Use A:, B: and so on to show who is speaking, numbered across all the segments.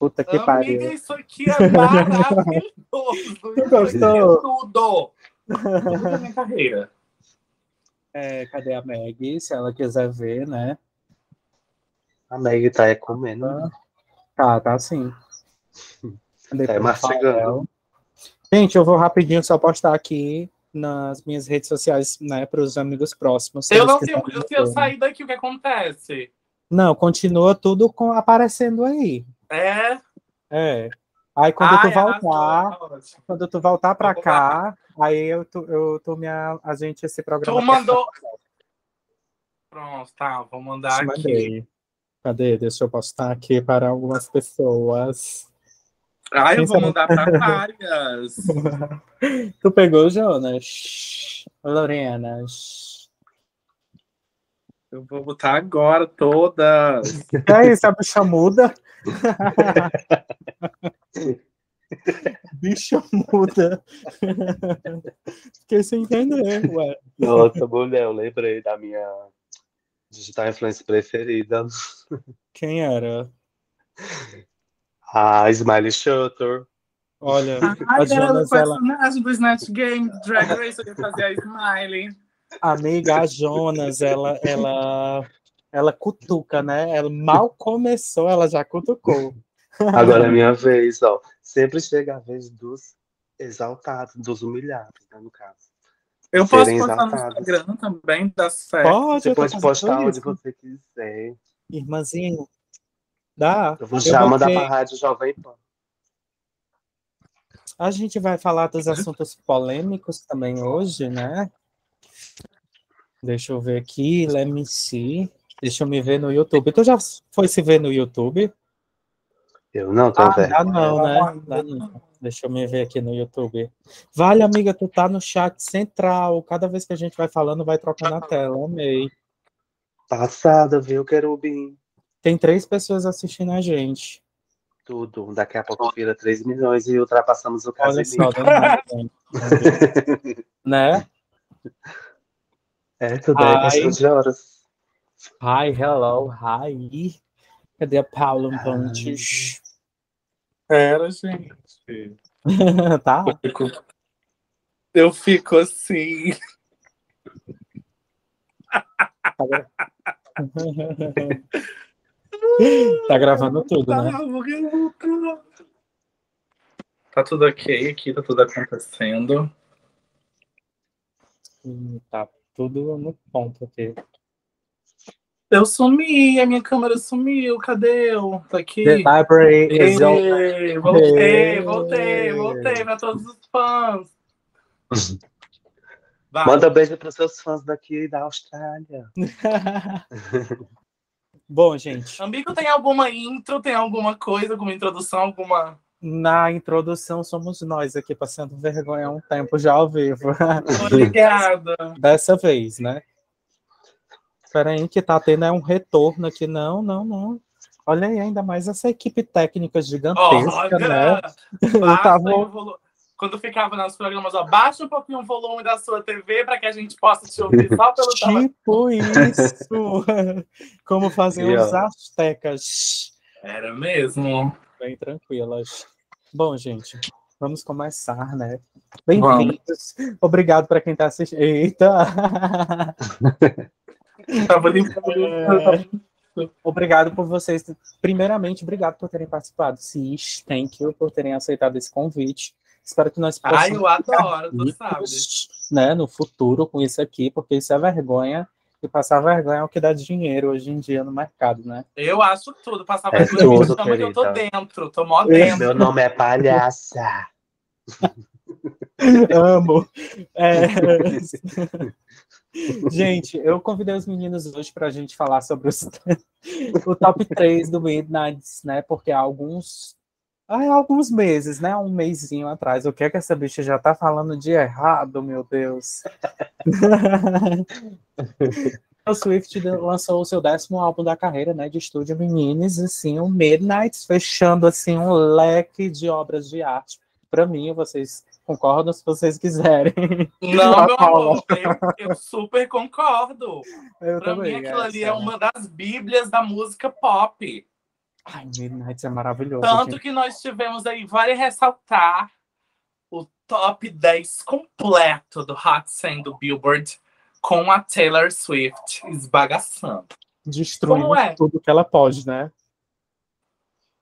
A: Puta que pariu.
B: Amiga, isso aqui é maravilhoso. é
A: Tu gostou?
B: Tudo. Tudo da minha carreira.
A: É, cadê a Meg? Se ela quiser ver, né?
C: A Meg tá é comendo. né?
A: Tá, tá sim. Depois
C: Tá mastigando.
A: fala. Gente, eu vou rapidinho só postar aqui nas minhas redes sociais, né, para os amigos próximos. se
B: Eu não
A: eles
B: sei,
A: quiserem
B: eu, se eu
A: ver.
B: sair daqui, o que acontece?
A: Não, continua tudo com, aparecendo aí.
B: É.
A: É. Aí quando tu
B: Ai,
A: voltar,
B: arrasou, tá ótimo.
A: quando tu voltar pra
B: Eu vou
A: cá, aí eu tu, eu tu me a, a gente esse programa.
B: Tu mandou. Pronto, tá, vou mandar aqui.
A: Mandei. Cadê? Deixa eu postar aqui para algumas pessoas.
B: Ai, eu
A: Quem
B: vou
A: sabe-
B: mandar pra várias.
A: Tu pegou, Jonas? Lorena.
B: Eu vou botar agora todas.
A: E aí, essa bicha muda? bicha muda. Fiquei sem entender, ué.
C: Nossa, mulher, eu lembrei da minha digital influencer preferida.
A: Quem era?
C: A Smiley Shutter.
A: Olha,
B: Ai,
A: a
B: era o
A: Jonas, ela...
B: é personagem do Snatch Game Drag Race, eu ia fazer a Smiley.
A: Amiga, a Jonas, ela, ela, ela cutuca, né? Ela mal começou, ela já cutucou.
C: Agora é a minha vez, ó. Sempre chega a vez dos exaltados, dos humilhados, né, no caso.
B: Eu posso
C: Serem
B: postar no
C: exaltadas.
B: Instagram também, dá certo.
A: Pode,
C: É, Você
A: eu tô
C: pode
A: fazendo
C: postar onde
A: isso.
C: você quiser.
A: Irmãzinha, dá.
C: Eu vou já mandar
A: botei-
C: pra rádio Jovem Pan.
A: A gente vai falar dos assuntos polêmicos também hoje, né? Deixa eu ver aqui, let me see. Deixa eu me ver no YouTube. Tu já foi se ver no YouTube?
C: Eu não, tô velho.
A: Ah, Dá não, né? Dá não. Deixa eu me ver aqui no YouTube. Vale, amiga, tu tá no chat central. Cada vez que a gente vai falando, vai trocando a tela. Amei.
C: Passada, viu, querubim?
A: Tem três pessoas assistindo a gente.
C: Tudo. Daqui a pouco vira 3 milhões e ultrapassamos o
A: Olha
C: Casimiro.
A: só, do nada, gente. né?
C: É, tudo é
A: Ai.
C: questão de horas.
A: Hi, hello, hi. Cadê a Paula Pontes?
B: Era, gente.
A: tá?
B: Eu fico- Eu fico assim.
A: tá gravando tudo, né?
B: Ah, porque eu não tô- Tá tudo ok aqui, tá tudo acontecendo.
A: Hum, Tá tudo no ponto aqui.
B: Eu sumi, a minha câmera sumiu, cadê eu? Tá aqui.
A: The library
B: Ei,
A: is open.
B: voltei, voltei, voltei pra todos os fãs. Vai.
C: Manda um beijo pros seus fãs daqui da Austrália.
A: Bom, gente,
B: Ambico tem alguma intro, tem alguma coisa, alguma introdução, alguma.
A: na introdução somos nós aqui passando vergonha há um tempo já ao vivo.
B: Obrigada.
A: Dessa vez, né? Espera aí que tá tendo é um retorno aqui. Não, não, não. Olha aí, ainda mais essa equipe técnica gigantesca, né?
B: Olha,
A: Eu
B: baixa
A: tava...
B: aí o um volu- Quando ficava nos programas, ó, baixa um pouquinho o volume da sua TV para que a gente possa te ouvir só pelo tava-
A: Tipo isso! Como faziam
C: E, ó.
A: os astecas.
B: Era mesmo.
A: Bem tranquilas. Bom, gente, vamos começar, né?
B: Vamos.
A: Bem-vindos. Obrigado para quem está assistindo. Eita!
B: Tava
A: É.
B: limpando. É.
A: Obrigado por vocês. Primeiramente, obrigado por terem participado. Sis, thank you por terem aceitado esse convite. Espero que nós
B: Ai,
A: possamos
B: eu adoro, tu
A: juntos,
B: sabe.
A: né, no futuro com isso aqui, porque isso é vergonha. E passar vergonha é o que dá dinheiro hoje em dia no mercado, né?
B: Eu acho tudo. Passar
C: É
B: por
C: tudo,
B: tudo, que eu tô
C: querida.
B: dentro, tô mó dentro.
C: Meu nome é Palhaça.
A: Amo. É. gente, eu convidei os meninos hoje para a gente falar sobre os- o top 3 do Midnights, né? Porque há alguns. Há alguns meses, né? Há Um mêsinho atrás. O que é que essa bicha já tá falando de errado, meu Deus? o Swift de- lançou o seu décimo álbum da carreira, né? De estúdio Meninas, assim, o Midnights, fechando, assim, um leque de obras de arte. Para mim, vocês concordam se vocês quiserem.
B: Não, meu
A: É. Paula.
B: amor, eu, eu super concordo.
A: Eu
B: é Pra mim, aquilo ali é uma das bíblias da música pop.
A: Ai, Midnight é maravilhoso.
B: Tanto
A: gente.
B: que nós tivemos aí, vale ressaltar, o top 10 completo do Hot 100 do Billboard com a Taylor Swift esbagaçando.
A: Destruindo
B: Como é?
A: tudo que ela pode, né?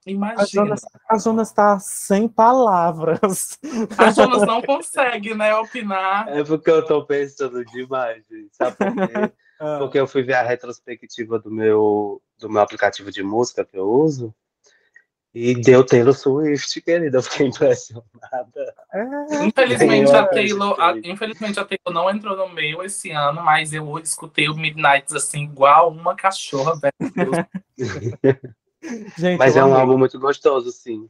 A: A
B: Imagina.
A: Jonas, a Jonas tá sem palavras.
B: A Jonas não consegue, né, opinar.
C: É porque eu tô pensando demais, gente. Sabe por quê?
A: Ah,
C: Porque eu fui ver a retrospectiva do meu, do meu aplicativo de música que eu uso. E deu Taylor Swift, querida. Eu fiquei impressionada.
A: é.
B: Infelizmente a,
C: Sim,
B: Taylor, a-
C: gente.
B: infelizmente a Taylor não entrou no meio esse ano, mas eu escutei o Midnight assim, igual uma cachorra, velho.
A: Gente,
C: Mas
A: eu
C: é um
A: amei.
C: álbum muito gostoso, sim.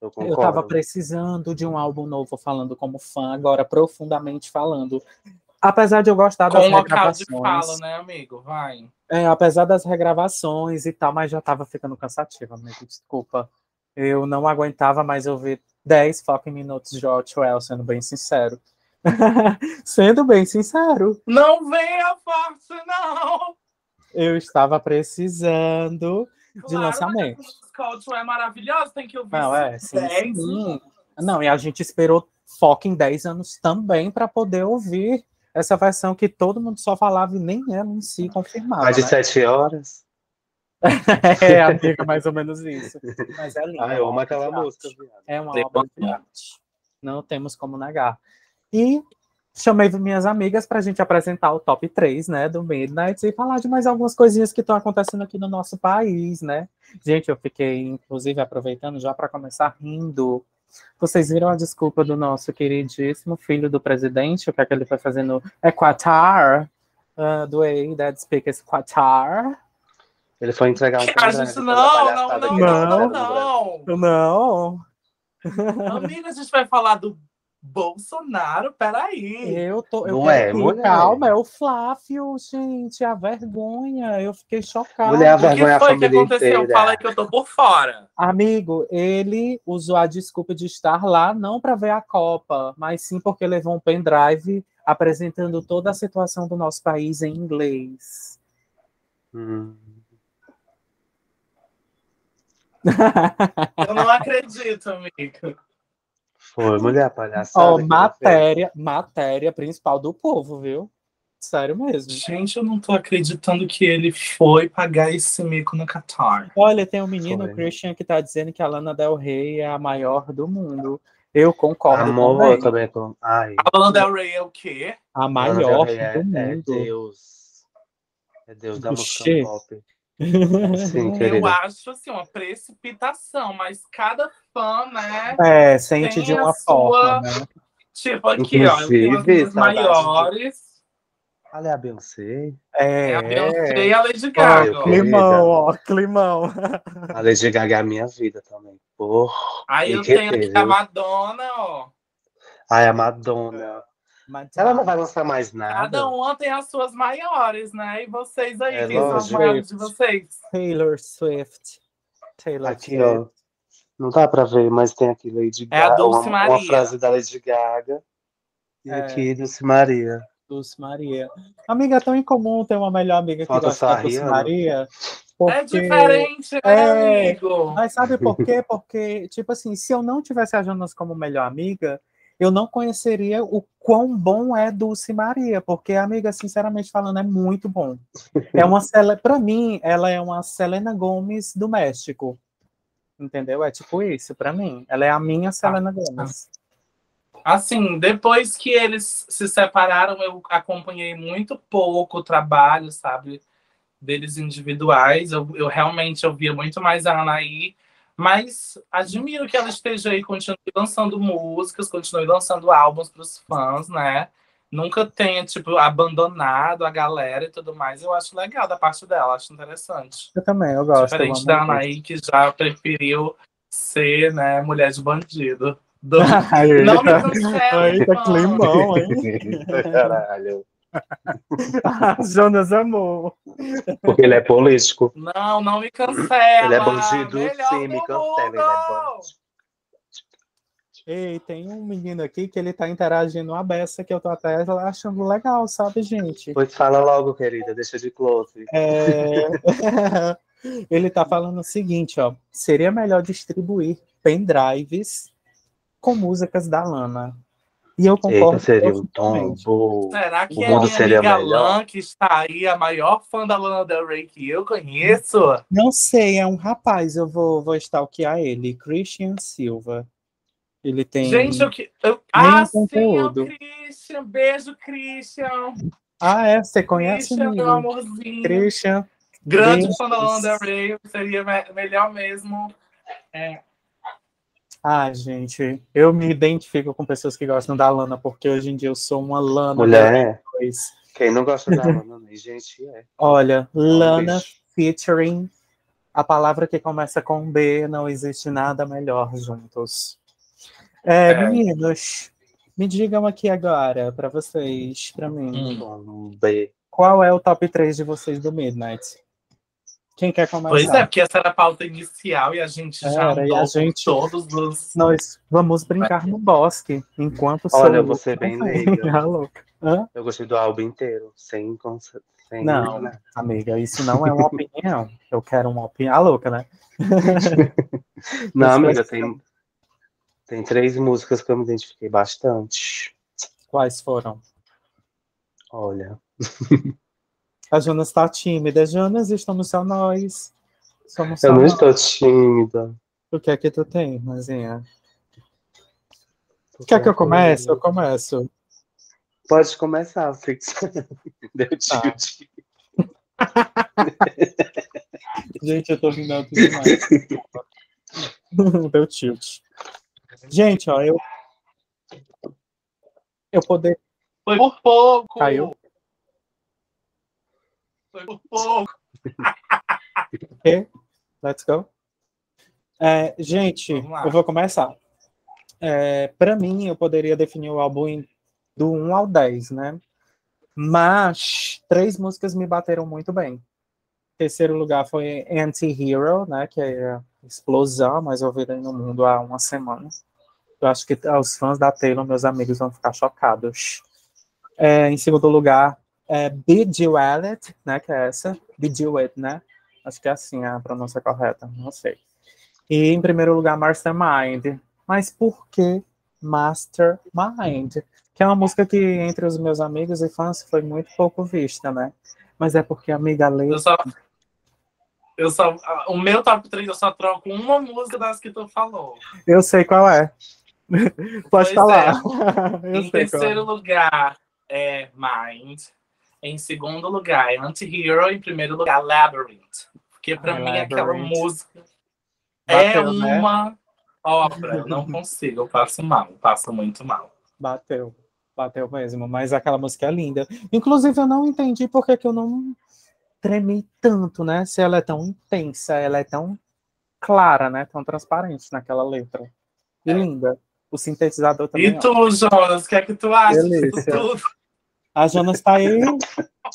C: Eu
A: Eu tava
C: concordo.
A: precisando de um álbum novo falando como fã, agora profundamente falando. Apesar de eu gostar das
B: Com um local de
A: regravações,
B: fala, né, amigo? Vai.
A: é, apesar das regravações e tal, mas já tava ficando cansativa, amigo, desculpa. Eu não aguentava mais ouvir 10 fucking minutos de Outwell, sendo bem sincero. sendo bem sincero,
B: Não venha farsa, não!
A: eu estava precisando. De lançamento.
B: mas a Caldwell é maravilhosa, tem que ouvir
A: Não, é,
B: esses
A: sim,
B: dez.
A: sim. Não, e a gente esperou fucking 10 anos também para poder ouvir essa versão que todo mundo só falava e nem ela em si confirmava.
C: Mais de
A: né?
C: sete horas.
A: É, amiga, mais ou menos isso. Mas é linda.
C: Ah,
A: é
C: eu
A: uma obra
C: amo aquela
A: de arte.
C: música, viado.
A: É uma
B: Tem
A: obra de
B: como.
A: arte. Não temos como negar. E chamei minhas amigas para a gente apresentar o top 3, né, do Midnight e falar de mais algumas coisinhas que estão acontecendo aqui no nosso país, né? Gente, eu fiquei, inclusive, aproveitando já para começar rindo. Vocês viram a desculpa do nosso queridíssimo filho do presidente, o que é que ele foi fazendo? É Qatar, ah, do AI Dead Speakers Qatar.
C: Ele foi entregar um
B: Que a
C: pendrive
B: gente,
C: pela
B: não, não,
C: palhaçada
B: não,
C: que eles
A: Não.
B: não,
C: fizeram no Brasil.
B: não,
A: Não,
B: não. Amiga, a gente vai falar do Bolsonaro, peraí.
A: Eu tô. Eu
C: Não
A: quero
C: é,
A: que-
C: mulher.
A: Calma, é o Flávio, gente, a vergonha. Eu fiquei chocada.
C: Mulher, a
B: O que
C: vergonha a
B: foi que
C: família
B: aconteceu?
C: inteira.
B: Fala aí que eu tô por fora.
A: Amigo, ele usou a desculpa de estar lá não para ver a Copa, mas sim porque levou um pendrive apresentando toda a situação do nosso país em inglês.
C: Hum.
B: Eu não acredito, amigo.
C: Foi, mulher palhaçada.
A: Ó,
C: que ele
A: matéria, matéria principal do povo, viu? Sério mesmo.
B: Gente, eu não tô acreditando que ele foi pagar esse mico no Qatar.
A: Olha, tem um menino,
C: Foi.
A: Christian, que tá dizendo que a Lana Del Rey é a maior do mundo. Eu concordo.
C: Amor,
A: também.
C: eu também com. Ai,
B: A Lana Del Rey é o quê?
A: A
C: Lana Del
A: maior
C: Rey é,
A: do
C: é
A: mundo.
C: Deus. É Deus da
A: Do
C: música
A: Che.
C: pop.
B: Eu
C: Sim, querida.
B: acho, assim, uma precipitação, mas cada fã, né?
A: É, sente
B: Tem
A: de
B: a
A: uma forma,
B: sua-
A: né?
B: Tipo, aqui, ó, eu tenho as
C: Inclusive,
B: minhas
C: saudade de-
B: maiores.
C: Olha a Beyoncé.
A: É,
B: É a Beyoncé e a Lady
A: Ó,
B: Gaga.
C: eu
B: ó.
C: queria-
A: climão, ó, climão.
C: A Lady Gaga é a minha vida também. Porra.
B: Aí eu
C: que
B: tenho aqui
C: teve,
B: a
C: viu?
B: Madonna, ó.
C: Ai, a Madonna. Ela não vai lançar mais
B: Cada
C: nada.
B: uma tem as suas maiores, né? E vocês aí,
C: É
B: quem são as
C: lógico.
B: maiores de vocês?
A: Taylor Swift. Taylor
C: Aqui, ó. Não dá pra ver, mas tem aqui Lady
B: É a
C: Gaga.
B: Dulce
C: uma, uma
B: Maria.
C: frase da Lady Gaga. E
A: É.
C: aqui, Dulce Maria.
A: Dulce Maria. Amiga, é tão incomum ter uma melhor amiga que
C: Falta
A: gosta
C: só
A: da
C: a
A: Dulce
C: Rihanna.
A: Maria.
B: É
A: porque-
B: diferente, né,
A: É.
B: amigo?
A: Mas sabe por quê? Porque, tipo assim, se eu não tivesse a Jonas como melhor amiga, eu não conheceria o quão bom é Dulce Maria, porque a amiga, sinceramente falando, é muito bom. É uma Sele... Pra mim, ela é uma Selena Gomes do México. Entendeu? É tipo isso, pra mim. Ela é a
B: Ah,
A: minha Selena
B: tá.
A: Gomes.
B: Assim, depois que eles se separaram, eu acompanhei muito pouco o trabalho, sabe? Deles individuais. Eu, eu realmente ouvia muito mais a Anaí. Mas admiro que ela esteja aí, continue lançando músicas, continue lançando álbuns para os fãs, né? Nunca tenha, tipo, abandonado a galera e tudo mais. Eu acho legal da parte dela, acho interessante.
A: Eu também, eu gosto. eu
B: Diferente
A: amo
B: da
A: muito.
B: Anaí, que já preferiu ser, né, mulher de bandido. Do- Não me
A: Eita,
B: cancela,
A: eita
B: irmão.
A: tá. climão, hein?
C: Caralho.
A: A Jonas amou.
C: Porque ele é político.
B: Não, não me cancela.
C: Ele é bandido,
B: Melhor
C: sim, me
B: do
C: cancela. Ele é
B: mundo.
C: bandido.
A: Ei, tem um menino aqui que ele tá interagindo uma beça que eu tô até achando legal, sabe, gente?
C: Pois fala logo, querida, deixa de close.
A: É... Ele tá falando o seguinte, ó. Seria melhor distribuir pendrives com músicas da Lana. E eu concordo.
C: Eita, seria um
A: totalmente.
C: tombo.
B: Será que
C: O
B: é a
C: mundo
B: minha
C: seria
B: amiga
C: melhor?
B: Lan, que está aí, a maior fã da Lana Del Rey que eu conheço?
A: Não sei, é um rapaz, eu vou, vou stalkear ele. Christian Silva. Ele tem.
B: Gente, eu que. Eu... Ah, sim, é o
A: conteúdo.
B: Christian. Beijo, Christian.
A: Ah, é? Você conhece
B: Christian, meu
A: menino?
B: amorzinho.
A: Christian.
B: Grande
A: Deus.
B: fã da Lana Del Rey, seria me- melhor mesmo.
A: Ah, gente, eu me identifico com pessoas que gostam da Lana, porque hoje em dia eu sou uma Lana
C: Mulher,
A: depois.
C: quem não gosta da Lana, né? gente, é.
A: Olha,
C: um
A: Lana
C: bicho.
A: featuring a palavra que começa com B, não existe nada melhor juntos. É,
B: É.
A: Meninos, me digam aqui agora, pra vocês, pra
B: Hum.
A: mim,
C: Um B.
A: qual é o top 3 de vocês do Midnight? Quem quer começar?
B: Pois é, porque essa era a pauta inicial e a gente já
A: Era, e a
B: andou
A: gente-
B: todos os.
A: Nós vamos brincar no bosque, enquanto
C: Olha, eu
A: sou
C: vou ser bem
A: Ah,
C: leiga.
A: louca. Hã?
C: Eu gostei do álbum inteiro, sem. conce- sem
A: Não.
C: nada. né?
A: Amiga, isso não é uma opinião. Eu quero uma opinião. Ah, louca, né?
C: Não,
A: Isso
C: amiga,
A: vai-
C: tem, tem três músicas que eu me identifiquei bastante.
A: Quais foram?
C: Olha,
A: A Jonas tá tímida. Jonas, estamos só nós. Somos só
C: eu não
A: nós.
C: estou tímida.
A: O que é que tu tem, Manzinha? Quer que eu comece? Eu começo.
C: Pode começar, Fix. Deu
A: Tá.
C: tilt.
A: Gente, eu tô rindo alto demais. Deu tilt. Gente, ó, eu... Eu poder...
B: Foi por pouco.
A: Caiu.
B: Foi por pouco.
A: Let's go. É, gente,
B: Vamos lá.
A: eu vou começar. É, para mim, eu poderia definir o álbum em- do 1 ao 10, né? Mas três músicas me bateram muito bem. Terceiro lugar foi Anti-Hero, né? Que é a explosão mais ouvida no mundo há uma semana. Eu acho que os fãs da Taylor, meus amigos, vão ficar chocados. É, em segundo lugar, é Bejeweled, né? Que é essa. Bejeweled, né? Acho que é assim a pronúncia correta, não sei. E em primeiro lugar, Mastermind. Mas por que Mastermind? Que é uma música que entre os meus amigos e fãs foi muito pouco vista, né? Mas é porque a amiga
B: Eu
A: leu.
B: só. Eu só. O meu top 3 eu só troco uma música das que tu falou.
A: Eu sei qual é. Pode
B: Pois é.
A: falar. Eu
B: em
A: sei qual é.
B: terceiro lugar é Mind. Em segundo lugar é Anti-Hero. Em primeiro lugar, Labyrinth. Porque pra
A: Ah,
B: mim aquela
A: Labyrinth.
B: música
A: Bateu,
B: é
A: né?
B: uma obra. Eu não consigo, eu passo mal, eu passo muito mal.
A: Bateu. Bateu mesmo. Mas aquela música é linda. Inclusive, eu não entendi por que, que eu não tremi tanto, né? Se ela é tão intensa, ela é tão clara, né? Tão transparente naquela letra. E linda. O sintetizador também.
B: E
A: ó.
B: tu, Jonas, o que é que tu acha disso
A: Delícia.
B: tudo?
A: A Jonas tá aí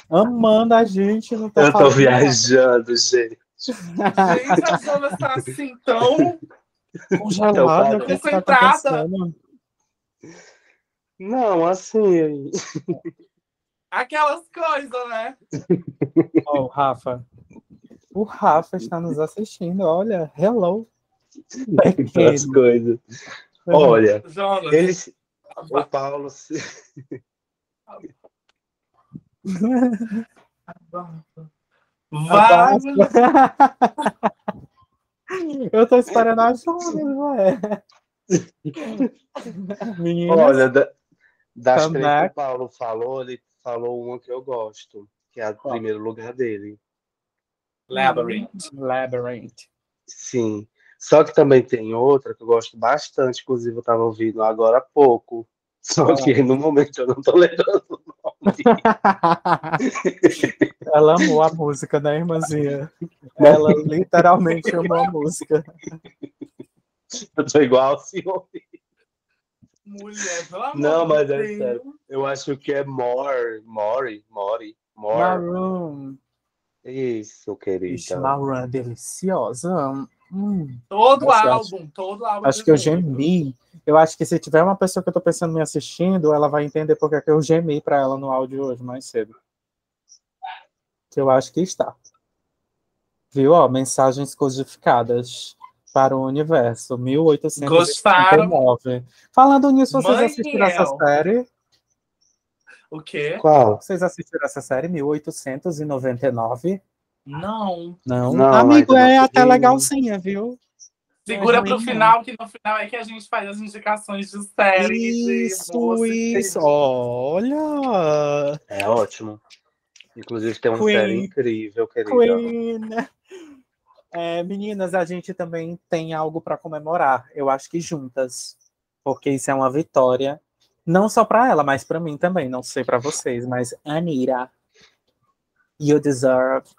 A: amando a gente. Não tô
C: Eu tô
A: falando
C: viajando, gente.
A: nada.
B: Gente, a Jonas tá assim tão.
A: Congelada. O que que tá
B: Concentrada.
A: acontecendo?
C: Não, assim.
B: Aquelas coisas, né?
A: Ó, o Rafa. O Rafa está nos assistindo. Olha, hello.
C: As coisas. Olha,
B: Jonas.
C: ele. se- O Paulo. se-
A: é
B: Vai,
A: Eu tô esperando a Jonas, ué. Meninas,
C: Olha, da- das
A: Come
C: três que
A: back.
C: o Paulo falou, ele falou uma que eu gosto, que é o
A: Qual?
C: primeiro lugar dele.
B: Labyrinth.
A: Labyrinth.
C: Sim. Só que também tem outra que eu gosto bastante, inclusive eu tava ouvindo agora há pouco. Só
A: Qual?
C: que no momento eu não tô lembrando o nome.
A: Ela amou a música, né, irmãzinha? Ela literalmente amou a música.
C: Eu tô igual ao senhor.
B: Mulher, pelo amor
C: Não, mas
B: de
C: é
B: Deus.
C: sério. Eu acho que é More, More, More, More.
A: Maroon.
C: Isso,
A: Ixi,
C: querida.
A: Maroon é deliciosa. Hum,
B: Todo
A: Você acha?
B: álbum, todo álbum.
A: acho que eu
B: tem um jeito.
A: gemi. Eu acho que se tiver uma pessoa que eu tô pensando me assistindo, ela vai entender porque é que eu gemi pra ela no áudio hoje mais cedo. Que eu acho que está. Viu? Ó, mensagens codificadas para o universo, 1859. Falando nisso, vocês
B: Mãe
A: assistiram essa
B: Mel.
A: série?
B: O quê?
C: Qual?
A: Vocês assistiram essa série, 1899?
B: Não.
A: Não,
C: Não,
A: amigo,
C: ainda não
A: é até
C: vi.
A: legalzinha, viu?
B: Segura
A: Mas
B: pro
A: não é.
B: final, que no final é que a gente faz as indicações de série. de
A: Isso,
B: música.
A: isso, olha!
C: É ótimo. Inclusive tem uma
A: Queen.
C: série incrível, querida.
A: Queen! É, meninas, a gente também tem algo para comemorar, eu acho que juntas, porque isso é uma vitória, não só para ela, mas para mim também, não sei para vocês, mas Anira, you deserve.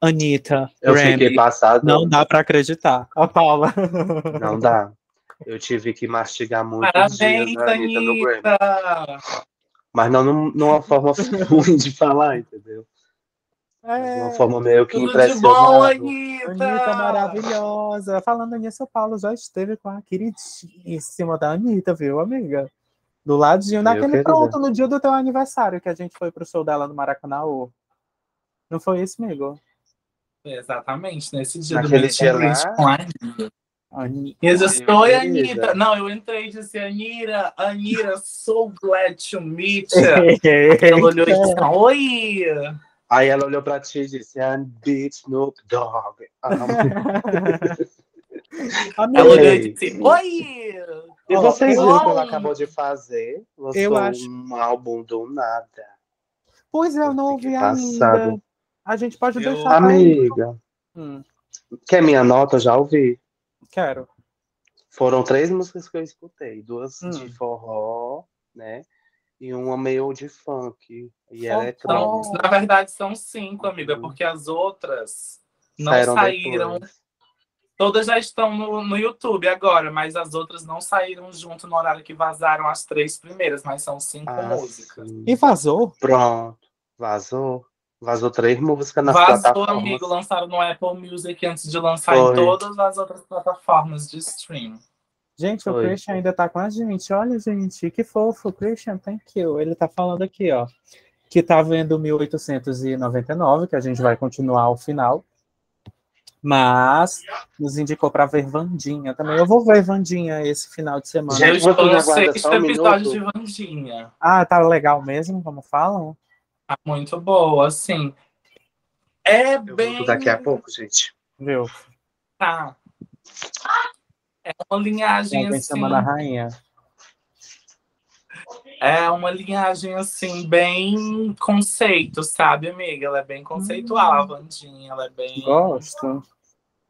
A: Anitta,
C: Eu
A: Grammy,
C: fiquei passado.
A: não dá para acreditar. A Paula.
C: Não dá. Eu tive que mastigar muito os
B: Parabéns,
C: dias da Anitta no Grammy.
B: Anitta!
C: Mas não num- numa forma ruim de falar, entendeu? Mas De
A: É.
C: uma forma meio que
B: Tudo de bom,
C: impressionante.
B: Anitta!
A: Anitta maravilhosa. Falando nisso, o Paulo já esteve com a queridíssima da Anitta, viu, amiga? Do ladinho,
C: Meu
A: naquele
C: querido.
A: pronto, no dia do teu aniversário, que a gente foi pro show dela no Maracanãú. Não foi isso, amigo?
B: Exatamente, nesse dia
C: Naquele
B: do meu
C: dia lá.
B: convite com a Anitta.
A: Ani-
B: E eu disse, oi, Anitta.
C: Anitta.
B: Não, eu entrei e disse, Anira, Anira, so glad to meet you. Ela olhou e
A: É.
B: disse, oi!
C: Aí ela olhou pra ti e disse, I'm beat Snoop Dogg. Ah, I'm-
B: Ela
A: Amiga,
B: olhou
C: Ei.
B: e disse, oi!
C: e
A: Ó,
C: vocês viram o que ela
B: eu-
C: acabou de fazer? Lançou
A: Eu acho.
C: um álbum do nada.
A: pois eu não ouvi
C: Fiquei
A: ainda.
C: passado.
A: A gente pode
B: Eu-
A: deixar. aí.
C: Amiga,
A: Hum,
C: quer minha nota? Eu já ouvi.
A: quero.
C: Foram três músicas que eu escutei. Duas
A: Hum.
C: de forró, né? E uma meio de funk. E
A: Forró.
B: Então,
C: eletrônica.
B: na verdade, são cinco, amiga, porque as outras não
C: Saíram
B: saíram.
C: depois.
B: Todas já estão no, no YouTube agora, mas as outras não saíram junto no horário que vazaram as três primeiras, mas são cinco
C: Ah,
B: músicas.
C: sim.
A: E vazou?
C: Pronto. Vazou. Vazou três músicas nas
B: Vazou,
C: plataformas.
B: amigo, lançaram no Apple Music antes de lançar
C: Foi.
B: em todas as outras plataformas de stream.
A: Gente, o
C: Foi.
A: Christian ainda tá com a gente. Olha, gente, que fofo. Christian, thank you. Ele tá falando aqui, ó. Que tá vendo 1899, que a gente vai continuar ao final. Mas nos indicou pra ver Vandinha também. Eu vou ver Vandinha esse final de semana.
C: Gente,
B: eu estou
C: você
B: no
C: aguarda
B: sexto
C: só um
B: episódio de
C: minuto?
B: Vandinha.
A: Ah, tá legal mesmo, como falam?
B: Tá muito boa, assim. É
C: Eu
B: bem.
C: volto daqui a pouco, gente.
A: Viu?
B: Tá. É uma linhagem
A: Tem um
B: assim.
A: semana rainha.
B: É uma linhagem assim, bem conceito, sabe, amiga? Ela é bem conceitual,
A: Hum.
B: a Vandinha. Ela é bem.
A: Gosto.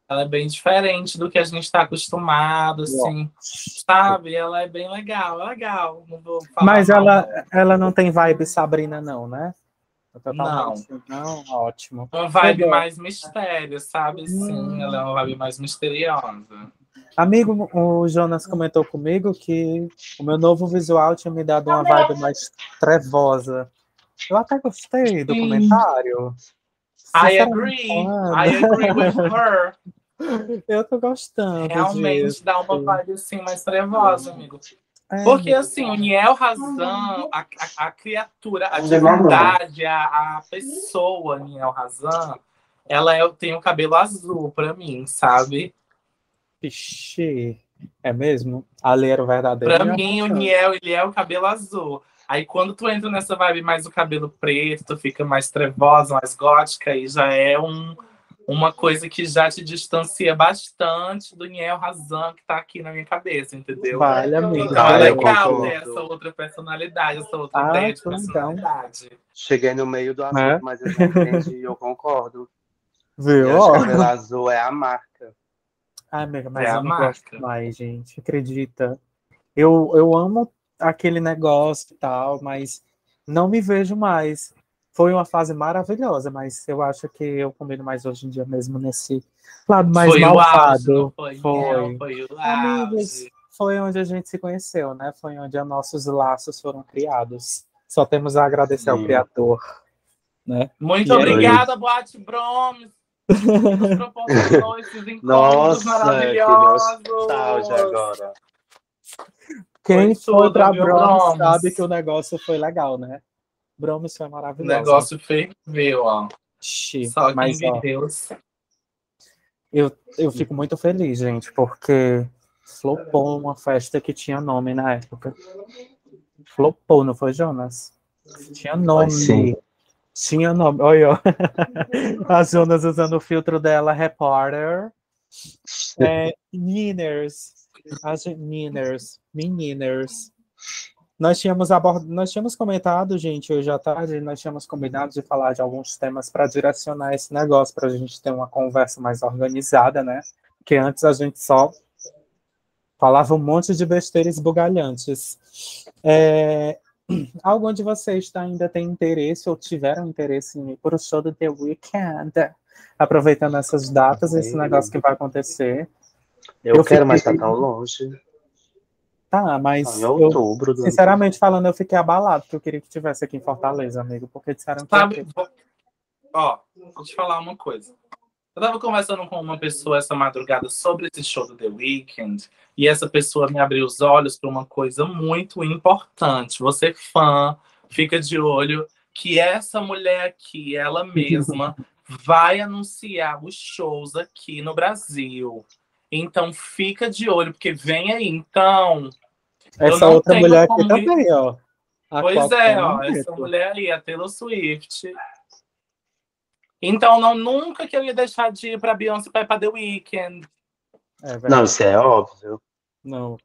B: Ela é bem diferente do que a gente está acostumado, assim. Sabe? Ela é bem legal, é legal. Não vou falar
A: Mas
B: mal,
A: ela,
B: não.
A: ela não tem vibe Sabrina, não, né? Totalmente. Não, ótimo.
B: Uma vibe
A: Eu gosto.
B: mais mistério, sabe?
A: Hum.
B: Sim, ela é uma vibe mais misteriosa.
A: Amigo, o Jonas comentou comigo que o meu novo visual tinha me dado uma vibe mais trevosa. Eu até gostei do
B: Sim. é
A: comentário.
B: I
A: Sinceramente,
B: agree.
A: é?
B: I agree with her.
A: Eu tô gostando. disso.
B: Realmente dá uma vibe assim mais trevosa, amigo. Porque
A: É.
B: assim, o Niel Razan, a, a, a criatura, a
C: Não lembro o nome.
B: divindade, a, a pessoa Niel Razan, ela é, tem o cabelo azul pra mim, sabe?
A: Ixi, é mesmo? Ali era o verdadeiro.
B: Pra mim, o Niel, ele é o cabelo azul. Aí quando tu entra nessa vibe mais o cabelo preto, tu fica mais trevosa, mais gótica, aí já é um, uma coisa que já te distancia bastante do Niel Razan que tá aqui na minha cabeça, entendeu?
A: Vale, amigo.
B: Então é
C: Ah, eu
B: legal
C: concordo.
B: ter essa outra personalidade, essa outra
A: Ah,
B: ideia de
A: que legal.
B: personalidade.
C: Cheguei no meio do assunto,
A: É.
C: mas eu já entendi e eu concordo.
A: Viu?
C: Eu acho que cabelo azul é a marca.
A: Ai, Ah, amiga, mas
B: É a
A: eu não
B: marca.
A: gosto mais, gente. Acredita. Eu, eu amo aquele negócio e tal, mas não me vejo mais. Foi uma fase maravilhosa, mas eu acho que eu combino mais hoje em dia mesmo nesse lado mais
B: foi O auge,
A: malvado.
B: não foi,
A: Foi.
B: Não, foi o
A: Amigos,
B: auge.
A: foi onde a gente se conheceu, né? Foi onde os nossos laços foram criados. Só temos a agradecer ao
C: Sim.
A: Criador.
B: Muito
A: E é
B: obrigada, Boate Bromes. Nos proporcionou esses encontros
C: Nossa, que
B: maravilhosos.
C: nostalgia agora.
A: Quem
B: Foi
A: foi
B: tudo,
A: pra
B: viu,
A: Bromes
B: Bromes?
A: sabe que o negócio foi legal, né? Bromes foi
B: O
A: maravilhoso.
B: negócio ferveu, ó.
A: Shhh,
B: Só quem
A: mas, ó,
B: viveu.
A: eu, eu fico muito feliz, gente, porque flopou uma festa que tinha nome na época. Flopou, não foi, Jonas? Tinha nome.
C: sim.
A: Tinha nome. Olha, ó. a Jonas usando o filtro dela, repórter. É, Niners. A gen- Niners. Meniners. Nós tínhamos, abord... nós tínhamos comentado, gente, hoje à tarde, nós tínhamos combinado de falar de alguns temas para direcionar esse negócio, para a gente ter uma conversa mais organizada, né? Porque antes a gente só falava um monte de besteiras bugalhantes. É, Algum de vocês tá- ainda tem interesse ou tiveram interesse em ir para o show do The Weeknd? Aproveitando essas datas, esse
C: Sim.
A: negócio que vai acontecer.
C: Eu,
A: Eu
C: quero, mas tá
A: fiquei-
C: tão longe.
A: Tá,
C: Tá
A: mas
C: em
A: eu
C: outubro. do ano
A: Sinceramente falando, eu fiquei abalado, porque eu queria que tivesse aqui em Fortaleza, amigo, porque disseram que.
B: Sabe, ó, vou te falar uma coisa. Eu tava conversando com uma pessoa essa madrugada sobre esse show do The Weeknd e essa pessoa me abriu os olhos para uma coisa muito importante. Você fã, fica de olho que essa mulher aqui, ela mesma, vai anunciar os shows aqui no Brasil. Então fica de olho porque vem aí. Então, eu
A: Essa
B: não
A: outra
B: tenho
A: mulher aqui
B: como ir.
A: também, ó. A
B: Pois
A: Coca
B: é,
A: não
B: ó,
A: é.
B: essa mulher aí, a Taylor Swift. Então, não, nunca que eu ia deixar de ir pra Beyoncé pra, ir pra The Weeknd.
A: É, velho,
C: Não, isso é óbvio.
A: não.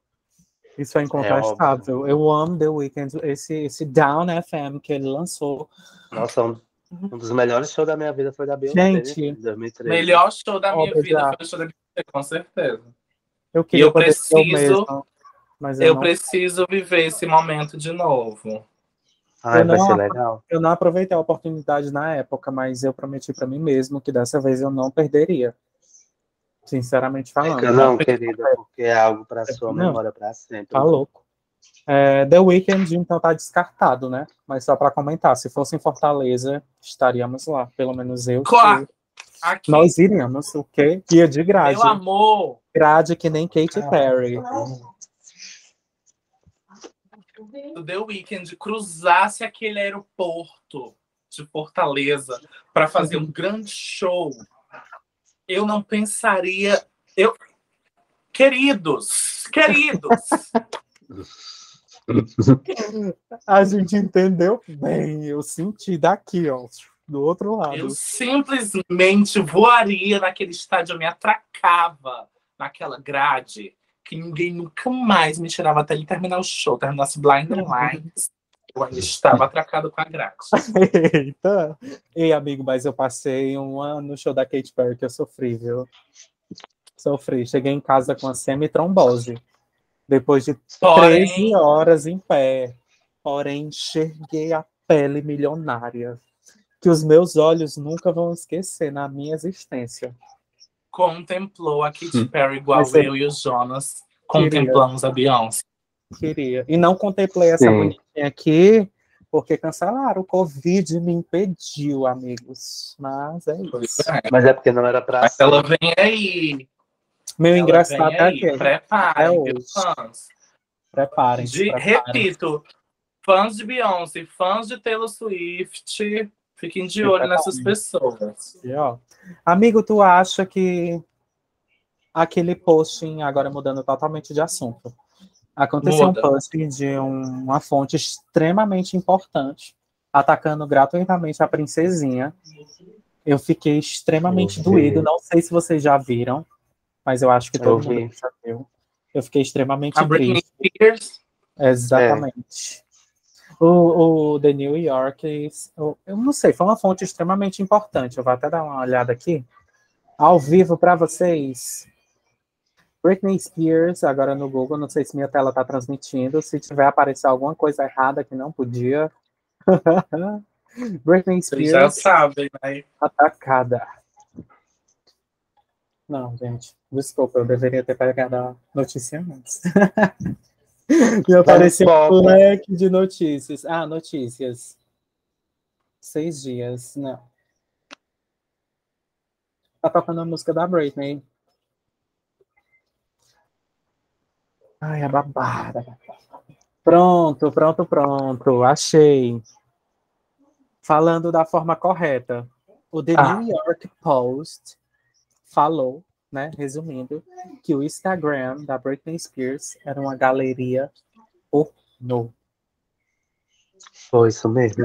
A: Isso é incontestável. eu amo The Weeknd, esse, esse Down FM que ele lançou.
C: Nossa, um, um dos melhores shows da minha vida foi da Beyoncé.
A: Uhum.
C: né?
A: Gente,
C: em 2013.
B: Melhor show da minha
A: Óbvio,
B: vida
A: já.
B: foi o show da Beyoncé, com certeza.
A: Eu queria
B: eu
A: poder ser eu
B: preciso-
A: mesmo, mas eu,
B: Eu
A: não,
B: preciso viver esse momento de novo.
C: Ai,
A: Eu
C: vai
A: não-
C: ser legal.
A: eu não aproveitei a oportunidade na época, mas eu prometi pra mim mesmo que dessa vez eu não perderia. Sinceramente falando.
C: Fica É não, querida, porque é algo pra sua
A: Não.
C: memória pra sempre.
A: Tá louco. É, The Weeknd, então, tá descartado, né? Mas só para comentar, se fosse em Fortaleza, estaríamos lá. Pelo menos eu.
B: Claro.
A: que-
B: Aqui,
A: Nós iríamos, o quê? Ia de grade.
B: meu amor.
A: Grade que nem Katy Perry.
B: do The Weeknd cruzasse aquele aeroporto de Fortaleza para fazer um grande show, eu não pensaria. Eu, queridos, queridos,
A: A gente entendeu bem. Eu senti daqui, ó. Do outro lado.
B: eu simplesmente voaria naquele estádio, eu me atracava naquela grade que ninguém nunca mais me tirava até ele terminar o show, terminasse Blind
A: Uhum.
B: Lines. Eu ainda estava atracado com a grade.
A: Eita. Ei, amigo, mas eu passei um ano no show da Katy Perry que eu sofri, viu? Sofri. Cheguei em casa com a semitrombose. Depois de
B: Porém,
A: 13 horas em pé, porém enxerguei a pele milionária, que os meus olhos nunca vão esquecer na minha existência.
B: contemplou a Katy Perry igual
A: Mas é-
B: eu e o Jonas contemplamos a Beyoncé.
A: Queria. E não contemplei essa
C: Sim.
A: bonitinha aqui, porque cancelaram. O Covid me impediu, amigos. Mas é isso.
C: Mas é porque não era pra
B: Mas
C: ser.
B: ela vem aí.
A: Meu
B: Ela
A: ingresso
B: vem
A: tá até
B: aí.
A: aqui. Até
B: Preparem,
A: hoje.
B: meus fãs.
A: Preparem-se.
B: De,
A: preparem-se.
B: repito, fãs de Beyoncé, fãs de Taylor Swift, fiquem de olho
A: Preparem.
B: nessas pessoas.
A: E, ó, Amigo, tu acha que aquele posting, agora mudando totalmente de assunto, aconteceu
B: Muda.
A: um posting de um- uma fonte extremamente importante, atacando gratuitamente a princesinha. Eu fiquei extremamente
C: Eu vi.
A: doído, não sei se vocês já viram, mas eu acho que
C: Eu
A: todo mundo
C: vi.
A: já viu. Eu fiquei extremamente
B: A Britney
A: triste.
B: Spears,
A: Exatamente. O, o The New York, eu, eu não sei, foi uma fonte extremamente importante. Eu vou até dar uma olhada aqui. Ao vivo para vocês. Britney Spears, agora no Google, não sei se minha tela está transmitindo. Se tiver aparecer alguma coisa errada que não podia. Britney
B: vocês já
A: Spears
B: sabem, né?
A: atacada. Não, gente, desculpa, eu deveria ter pegado a notícia antes. Me apareceu um
C: Paulo.
A: leque de notícias. Ah, notícias. Seis dias, não. Tá tocando a música da Britney. Ai, a babada. Pronto, pronto, pronto. Achei. Falando da forma correta. O The
B: Ah.
A: New York Post falou, né, resumindo, que o Instagram da Britney Spears era uma galeria pornô.
C: Foi isso mesmo.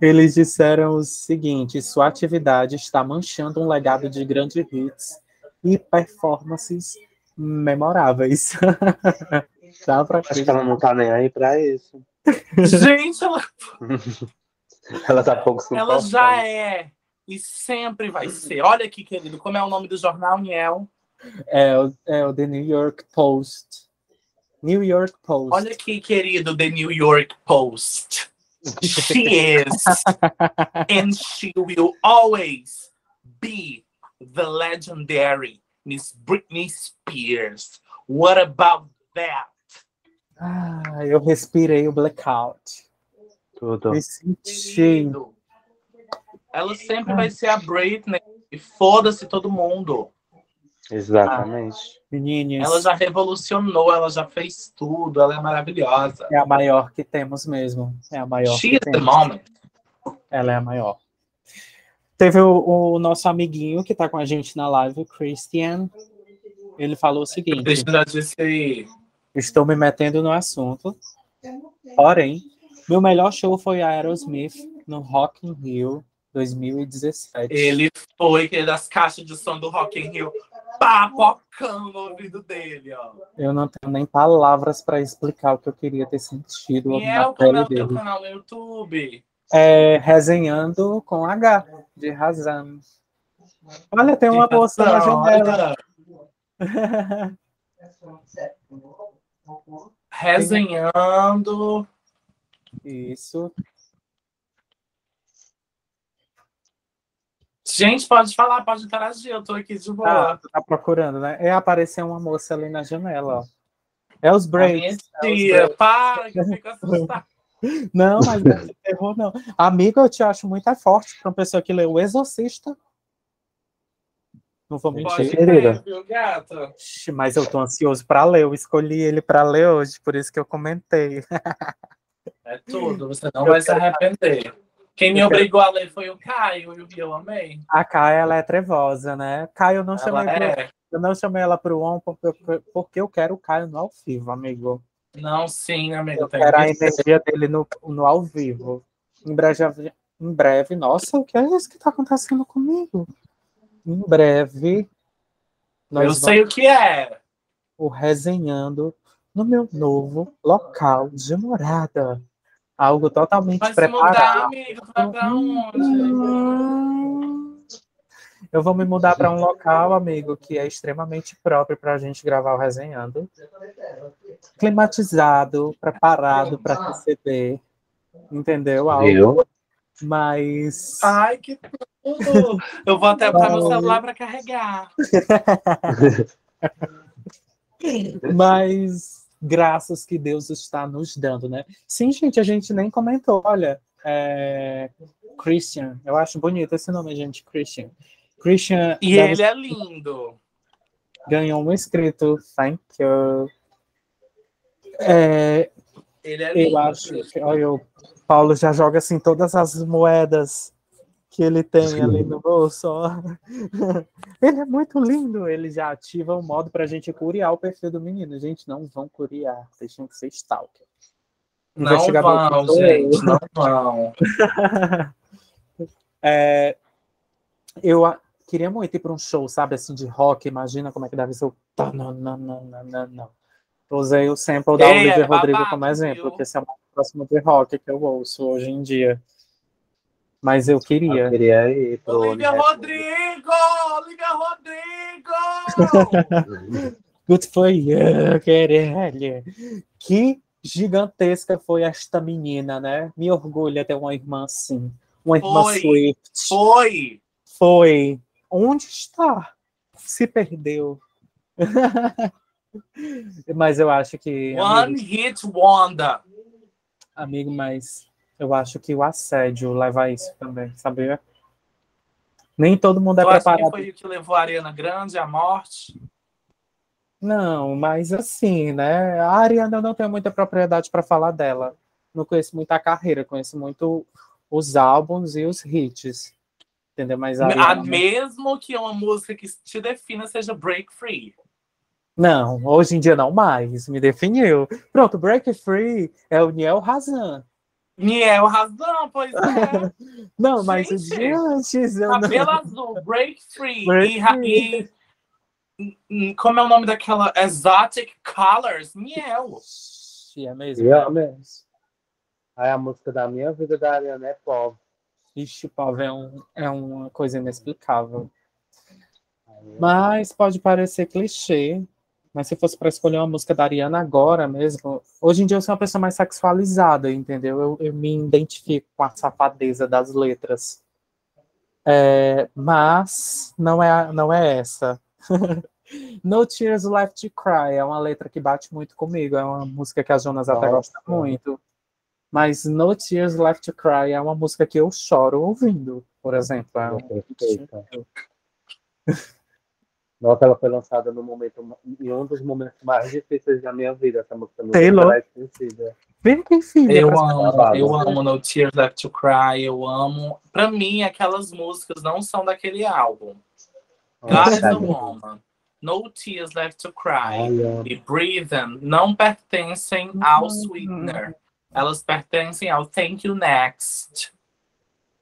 A: Eles disseram o seguinte: sua atividade está manchando um legado de grandes hits e performances memoráveis. Dá pra
C: Acho que ela não tá nem aí pra isso.
B: Gente, ela,
C: Ela tá pouco se
B: ela já
C: importando.
B: é. E sempre vai ser. Olha aqui, querido, como é o nome do jornal, Niel.
A: É, o- é o The New York Post. New York Post.
B: Olha aqui, querido, The New York Post. She is. and she will always be the legendary Miss Britney Spears. What about that?
A: Ah, eu respirei o blackout.
C: Tudo.
A: Me senti.
B: Ela sempre vai ser a Britney. E foda-se todo mundo.
C: Exatamente.
A: Meninas,
B: Ela já revolucionou, ela já fez tudo, ela é maravilhosa.
A: é a maior que temos mesmo. É a maior.
B: She
A: que
B: is the
A: temos.
B: moment.
A: Ela é a maior. Teve o, o nosso amiguinho que tá com a gente na live, o Christian. Ele falou o seguinte:
B: Cristina já disse
A: Estou me metendo no assunto. Porém, meu melhor show foi a Aerosmith no Rock in Rio 2017.
B: ele foi que das caixas de som do Rock in Rio papocando o ouvido dele, ó.
A: Eu não tenho nem palavras para explicar o que eu queria ter sentido
B: E é
A: na
B: o canal,
A: pele
B: teu
A: dele.
B: canal no YouTube.
A: É, resenhando com H, de Razan. Olha, tem É uma bolsa na
B: Então,
A: janela.
B: olha, Resenhando.
A: Isso.
B: Gente, pode falar, pode interagir. Eu tô aqui de
A: Tá,
B: boa.
A: tu tá procurando, né? É aparecer uma moça ali na janela, ó. É os breaks. é os
B: Tia, para, que eu fico assustada.
A: breaks. Não, mas não é terror, não. Amigo, eu te acho muito é forte pra uma pessoa que lê O Exorcista. Não vou
B: Pode
A: mentir.
B: crer,
C: Querida.
B: viu, gata?
A: Ixi, Mas eu tô ansioso pra ler. Eu escolhi ele pra ler hoje, por isso que eu comentei.
B: É tudo, você não
A: Eu
B: vai se
A: quero-
B: arrepender. Quem me
A: Eu quero-
B: obrigou a ler foi o Caio, e eu amei.
A: A Caia, ela é trevosa, né? Caio, eu não
B: Ela
A: chamei, pro-
B: é.
A: eu não chamei ela pro on porque eu- porque eu quero o Caio no ao vivo, amigo.
B: Não, sim, amigo.
A: Eu
B: tem que
A: quero a
B: ser.
A: energia dele no, no ao vivo. Em breve, em breve, nossa, o que é isso que tá acontecendo comigo? Em breve, nós
B: Eu
A: vamos
B: sei o que é.
A: o resenhando no meu novo local de morada. Algo totalmente
B: Vai se mudar,
A: preparado.
B: amigo. Tu Vai pra onde?
A: Hum. Eu vou me mudar para um local, amigo, que é extremamente próprio para a gente gravar o resenhando. Climatizado, preparado para receber. Entendeu? Algo
C: Viu?
A: mais.
B: Ai, que tudo! Eu vou até botar meu celular pra carregar.
A: Mas graças que Deus está nos dando, né? Sim, gente, a gente nem comentou. Olha, é, Christian, eu acho bonito esse nome, gente, Christian. Christian
B: E
A: deve-
B: ele é lindo.
A: ganhou um inscrito, thank you. É,
B: Ele é lindo.
A: eu acho que olha, o Paulo já joga assim todas as moedas que ele tem ali no bolso. ó. Ele é muito lindo. Ele já ativa o modo pra gente curiar o perfil do menino. Gente, não vão curiar. Vocês tinham que ser stalker.
B: Não vão,
A: sou eu.
B: gente, não vão.
A: É, eu a- queria muito ir para um show, sabe, assim, de rock. Imagina como é que deve ser o. tá, Não, não, não, não, não, não. Usei o sample da
B: Ei,
A: Olivia
B: é
A: Rodrigo
B: babado,
A: como exemplo,
B: viu?
A: porque esse é o mais próximo de rock que eu ouço hoje em dia. Mas eu
C: Eu
A: queria.
C: queria ir pro
B: Olivia
C: universo.
B: Rodrigo! Olivia Rodrigo!
A: Good for you, querelha. Que gigantesca foi esta menina, né? Me orgulha ter uma irmã assim. Uma irmã
B: Foi.
A: Swift.
B: Foi!
A: Foi. Onde está? Se perdeu. Mas eu acho que. Amigo,
B: One Hit Wonder.
A: amigo, mas eu acho que o assédio leva a isso também, sabia? Nem todo mundo é
B: Eu acho que
A: preparado.
B: foi o que levou a Ariana Grande à morte.
A: Não, mas assim, né? A Ariana eu não tenho muita propriedade para falar dela. Não conheço muita carreira, conheço muito os álbuns e os hits. Entendeu? Mas a
B: A
A: Ariana-
B: mesmo que uma música que te defina seja Break Free.
A: Não, hoje em dia não mais. Me definiu. Pronto, Break Free é o Niel Razan.
B: Niel Razão, pois é.
A: Não, mas o
B: Gente, tá
A: dia antes eu não.
B: Cabelo azul, Break Free.
A: Break
B: e, ra- e- e- como é o nome daquela? Exotic Colors. Niel.
A: Ixi, É mesmo?
C: Yeah, man. Aí a música da minha vida da Ariana é pop.
A: Ixi, Paulo, é, um, é uma coisa inexplicável.
C: Aí,
A: Mas pode parecer clichê. Mas se fosse para escolher uma música da Ariana agora mesmo, hoje em dia eu sou uma pessoa mais sexualizada, entendeu? Eu, eu me identifico com a safadeza das letras. É, mas não é, a- não é essa. no Tears Left to Cry é uma letra que bate muito comigo, é uma música que a Jonas até
C: Nossa.
A: gosta muito. Mas No Tears Left to Cry é uma música que eu choro ouvindo, por exemplo. É um-
C: perfeita. Nossa, ela foi lançada no momento, em um dos momentos mais difíceis da minha vida, essa música. não
A: Taylor.
C: será esquecida.
A: Vem aqui, filha.
B: Eu
A: pra-
B: amo,
C: tá babado. né?
B: eu amo No Tears Left to Cry, eu amo. Pra mim, aquelas músicas não são daquele álbum.
C: Ah,
B: God is a
C: Nossa,
B: Woman, No Tears Left to Cry
C: olha,
B: e Breathing não pertencem ao Sweetener. Elas pertencem ao Thank You Next.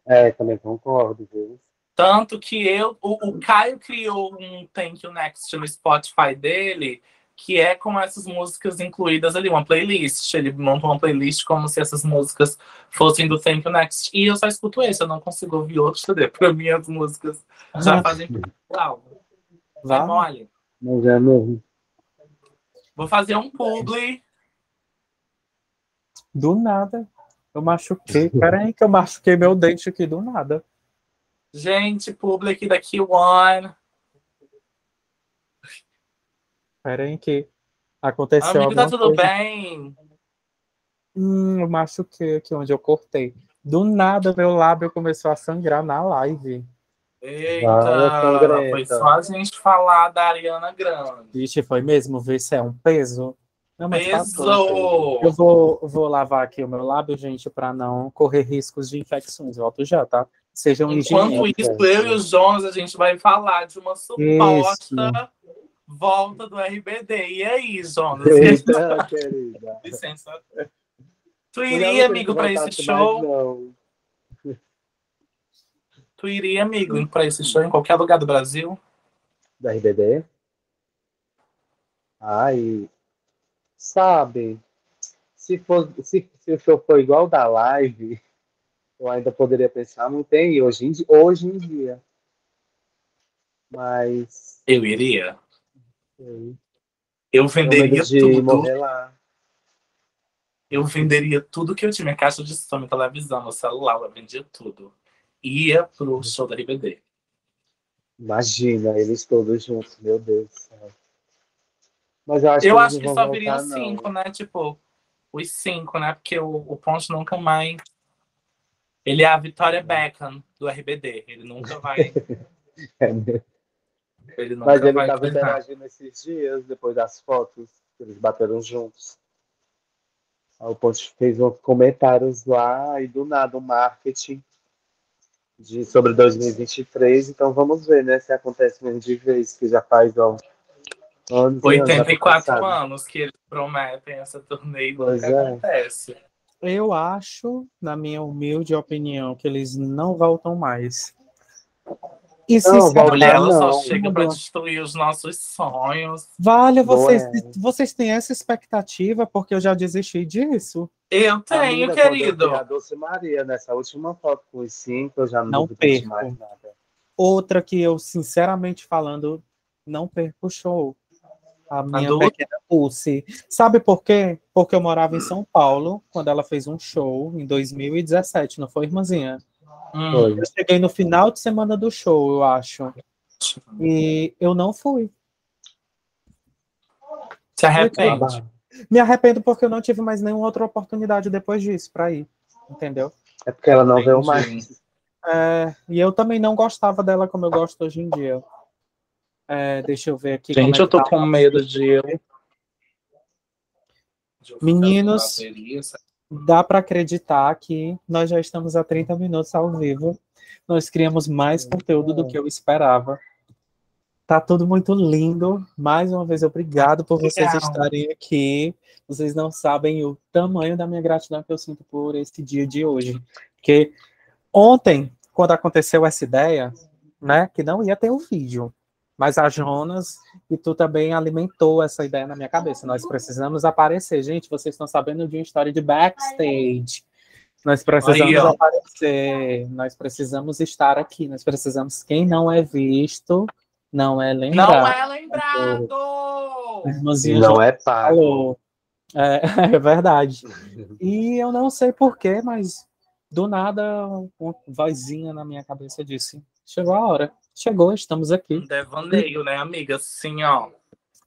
C: É, também concordo, viu?
B: Tanto que eu, o,
A: Uhum.
B: o Caio criou um Thank You Next no Spotify dele, que é com essas músicas incluídas ali, uma playlist. Ele montou uma playlist como se essas músicas fossem do Thank You Next. E eu só escuto esse, eu não consigo ouvir outro CD. Pra mim, as músicas já fazem parte do álbum.
A: Ah. Vá.
B: É mole.
C: Não é mesmo?
B: Vou fazer um publi.
A: Do nada. Eu machuquei. Peraí, que eu machuquei meu dente aqui do nada.
B: Gente, publi aqui da Q1.
A: Peraí, que aconteceu.
B: Amigo, tá
A: é alguma
B: tudo
A: coisa.
B: bem?
A: Hum, eu machuquei aqui onde eu cortei. Do nada, meu lábio começou a sangrar na live.
C: Fala,
B: Eita,
C: Greta.
B: foi só a gente falar da Ariana Grande.
A: Vixe, foi mesmo? Ver se é um peso. Não, mas tá passou.
B: Pesou!
A: Eu vou, vou lavar aqui o meu lábio, gente, para não correr riscos de infecções. Volto já, tá?
C: Então,
A: Sejam
B: Enquanto
C: é
A: engenheiros.
B: isso, eu e o Jonas, a gente vai falar de uma suposta volta do RBD. E é aí, Jonas?
C: É Eita, querida.
B: Licença. Tu iria, amigo, pra esse show?
C: show?
B: Tu iria, amigo, pra esse show em qualquer lugar do Brasil?
C: Da RBD? Ai, sabe, se, for, se, se o show for igual da live, eu ainda poderia pensar, não tem hoje em, di- hoje em dia. Mas,
B: Eu iria.
C: sei,
B: Eu
C: tenho medo
B: venderia
C: de
B: tudo.
C: morrer lá.
B: Eu venderia tudo que eu tinha, minha caixa de som, minha televisão, meu celular, eu vendia tudo. Ia pro show da RBD.
C: Imagina, eles todos juntos, meu Deus do céu. Mas eu acho
B: eu
C: que eles
B: acho que
C: não
B: só
C: vão
B: viriam
C: voltar, não.
B: cinco, né? Tipo, os cinco, né? Porque o, o Ponte nunca mais. Ele é a Vitória Beckham do RBD. Ele nunca vai.
C: É mesmo.
B: Ele nunca
C: Mas ele
B: vai.
C: estava
B: terminar.
C: interagindo esses dias, depois das fotos, que eles bateram juntos. Aí o Ponte fez uns comentários lá e do nada o marketing de, sobre 2023. Então vamos ver, né, se acontece mesmo de vez, que já faz ó, anos. e anos, já tá
B: 84
C: passado.
B: anos que eles prometem essa turnê e
C: Pois
B: nunca
C: é.
B: acontece.
A: Eu acho, na minha humilde opinião, que eles não voltam mais. E
C: Não,
A: sinceramente,
C: voltar
B: Mulher, ela só
C: Ah, não.
B: chega pra destruir os nossos sonhos.
A: Vale,
C: Não
A: vocês,
C: é.
A: vocês têm essa expectativa, porque eu já desisti disso.
B: Eu
C: Amiga,
B: tenho,
C: quando Eu
B: querido.
C: vi a Dulce Maria nessa última foto com os cinco, eu já não,
A: Não
C: duvidei de
A: perco.
C: mais nada.
A: Outra que eu, sinceramente falando, não perco o show. A minha
B: Dulce?
A: pequena Pulse. Sabe por quê? Porque eu morava em São Paulo, quando ela fez um show em 2017, não foi, irmãzinha?
B: Hum.
C: Foi.
A: Eu cheguei no final de semana do show, eu acho. E eu não fui.
B: Se arrepende.
C: Babado.
A: Me arrependo porque eu não tive mais nenhuma outra oportunidade depois disso para ir, entendeu?
C: É porque ela não veio mais.
B: Entendi.
A: É, e eu também não gostava dela como eu gosto hoje em dia. É, deixa eu ver aqui. como é
B: Gente, eu
A: que
B: tô
A: tá.
B: com medo de eu. de eu ficar
A: Meninos.
B: sem bateria, sabe?
A: Dá para acreditar que nós já estamos há 30 minutos ao vivo. Nós criamos mais conteúdo do que eu esperava. Tá tudo muito lindo. Mais uma vez, obrigado por vocês
B: Legal.
A: estarem aqui. Vocês não sabem o tamanho da minha gratidão que eu sinto por esse dia de hoje. Porque ontem, quando aconteceu essa ideia, né, que não ia ter o vídeo, mas a Jonas e tu também alimentou essa ideia na minha cabeça. Nós precisamos aparecer. Gente, vocês estão sabendo de uma história de backstage. Nós precisamos
B: Aí, ó.
A: aparecer, nós precisamos estar aqui, nós precisamos. Quem não é visto, não é lembrado.
B: Não é lembrado!
A: A irmãzinha já
C: Não é pago.
A: falou. É, é verdade. E eu não sei porquê, mas do nada, uma vozinha na minha cabeça disse: chegou a hora, chegou, estamos aqui.
B: Um devaneio, né, amiga? Assim, ó.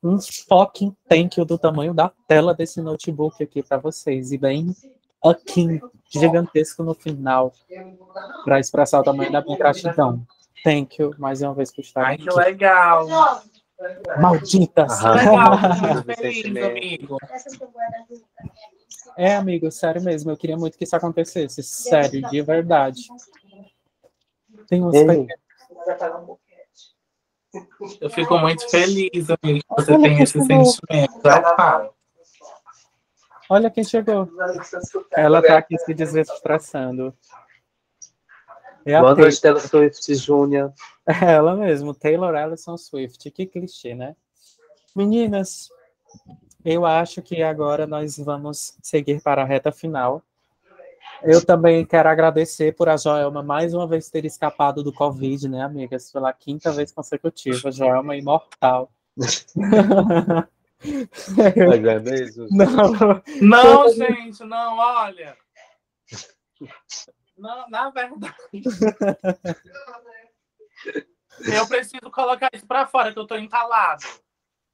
A: um fucking tank do tamanho da tela desse notebook aqui para vocês. E bem aqui, gigantesco no final, para expressar o tamanho da minha gratidão. Thank you mais uma vez por estar
B: Ai,
A: Tá aqui.
B: que legal!
A: Malditas!
B: Legal,
C: Aham.
B: muito feliz, amigo.
A: é, amigo, sério mesmo. Eu queria muito que isso acontecesse. Sério, de verdade. Tem uns
C: Ei.
A: pequenos.
B: Eu fico muito feliz, amigo, que você tem esse sentimento. Eu falo.
A: Olha quem chegou. Ela tá aqui se desestressando. É a
C: Boa
A: Taylor.
C: noite, Taylor Swift Júnior.
A: É ela mesmo, Taylor Ellison Swift. Que clichê, né? Meninas, eu acho que agora nós vamos seguir para a reta final. Eu também quero agradecer por a Joelma mais uma vez ter escapado do Covid, né, amigas? Pela quinta vez consecutiva, Joelma é imortal.
C: Mas é mesmo?
A: Não,
B: Não, gente, não, olha. Não, na verdade. Eu preciso colocar isso pra fora, que eu tô entalado.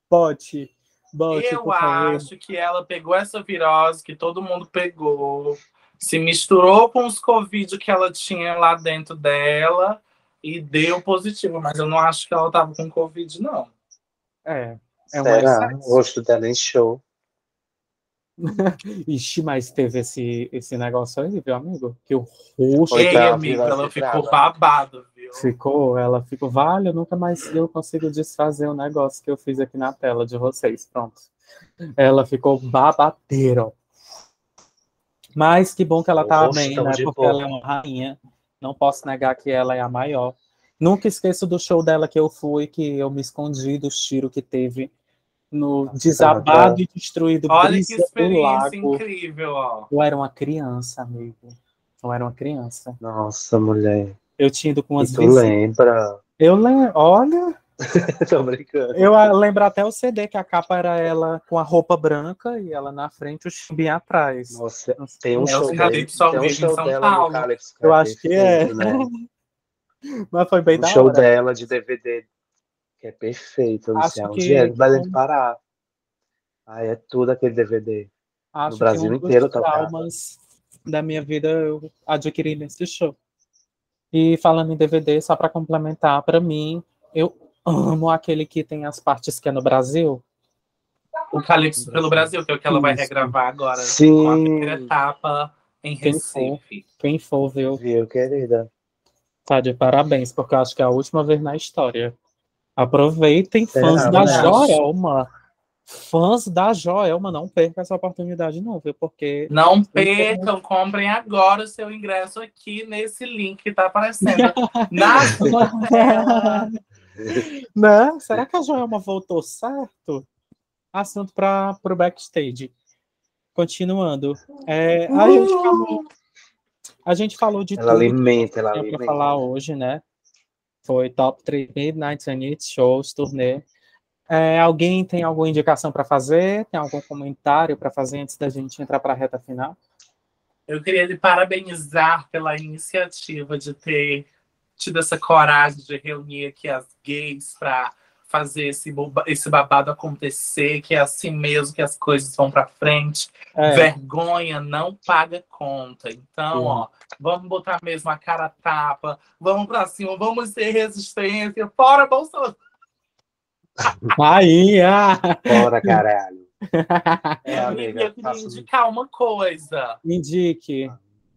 A: bote, bote,
C: tipo,
B: Eu
A: por favor.
B: acho que ela pegou essa virose que todo mundo pegou, se misturou com os Covid que ela tinha lá dentro dela e deu positivo. Mas eu não acho que ela tava com Covid, não.
A: É, é um
C: Será?
A: excesso.
C: Ah, O rosto dela é encheu.
A: Ixi, mas teve esse, esse negócio aí, viu, amigo? Que o rosto
C: Foi
B: Ei,
C: brava,
B: amigo,
C: virose
B: ela ficou
C: brava.
B: babado, viu?
A: Ficou, ela ficou, vale, eu nunca mais eu consigo desfazer o negócio que eu fiz aqui na tela de vocês, pronto. Ela ficou babadeira. Mas que bom que ela tá
C: O rosto
A: bem,
C: tão
A: né?
C: de
A: Porque
C: boa.
A: ela é uma rainha. Não posso negar que ela é a maior. Nunca esqueço do show dela que eu fui, que eu me escondi do tiro que teve no desabado e destruído
B: Olha que
A: brisa do é um
B: experiência
A: lago.
B: incrível, ó.
A: Eu era uma criança, amigo. Eu era uma criança.
C: Nossa, mulher.
A: Eu tinha ido com umas
C: E tu lembra?
A: Eu lembro, olha,
C: Tô brincando.
A: eu ah, lembro até o CD que a capa era ela com a roupa branca e ela na frente, o Chimbinha atrás.
C: Nossa, tem um
A: É,
B: os
C: show dela.
B: Calypso ao
C: Tem um
B: vivo em
C: show
B: São
C: dela
B: Paulo.
C: no Calypso.
A: Eu acho que é.
C: Perfeito, né?
A: Mas foi bem
C: O
A: da
C: show
A: hora.
C: dela de DVD, que é perfeito, eu não
A: Acho
C: sei
A: que- um
C: onde é, vai dentro parar. Ai, é tudo aquele DVD.
A: Acho que
C: Brasil
A: um dos
C: inteiro tá tocava.
A: traumas da minha vida eu adquiri nesse show. E falando em DVD, só para complementar, para mim, eu amo aquele que tem as partes que é no Brasil.
B: O Calypso pelo Brasil, que é o que ela vai
A: Isso.
B: regravar agora. Com a
C: Sim,
B: primeira etapa em
A: Quem
B: Recife.
A: Quem for viu,
C: viu, querida?
A: tá de parabéns, porque eu acho que é a última vez na história. Aproveitem,
C: Será,
A: fãs da
B: né?
A: Joelma. Fãs da Joelma, não perca essa oportunidade, não, viu? Porque
B: Não percam, comprem agora o seu ingresso aqui nesse link que tá aparecendo na sua tela.
A: Né? Será que a Joelma voltou certo? Assunto para o backstage. Continuando. É, a, gente falou, a gente falou de
C: Ela
A: tudo
C: alimenta, ela
A: que tinha para
C: alimenta.
A: falar hoje, né? Foi top 3 Midnight Unit Shows, turnê. É, alguém tem alguma indicação para fazer? Tem algum comentário para fazer antes da gente entrar para a reta final?
B: Eu queria lhe parabenizar pela iniciativa de ter tido essa coragem de reunir aqui as gays para fazer esse, boba- esse babado acontecer, que é assim mesmo que as coisas vão para frente.
A: É,
B: Vergonha não paga conta. Então,
A: Sim.
B: ó, vamos botar mesmo a cara a tapa, vamos para cima, vamos ser resistência, fora Bolsonaro.
A: aí, ah!
C: Bora, caralho. É,
B: Eu
C: amiga,
B: queria que me
C: faço-
B: indicar uma coisa.
A: me indique.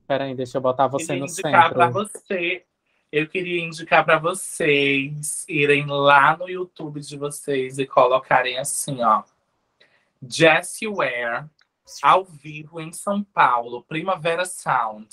A: Peraí, deixa eu botar você
B: Queria
A: no
B: indicar para
A: centro.
B: você Eu queria indicar para vocês irem lá no YouTube de vocês e colocarem assim, ó. Jessie Ware, ao vivo em São Paulo, Primavera Sound.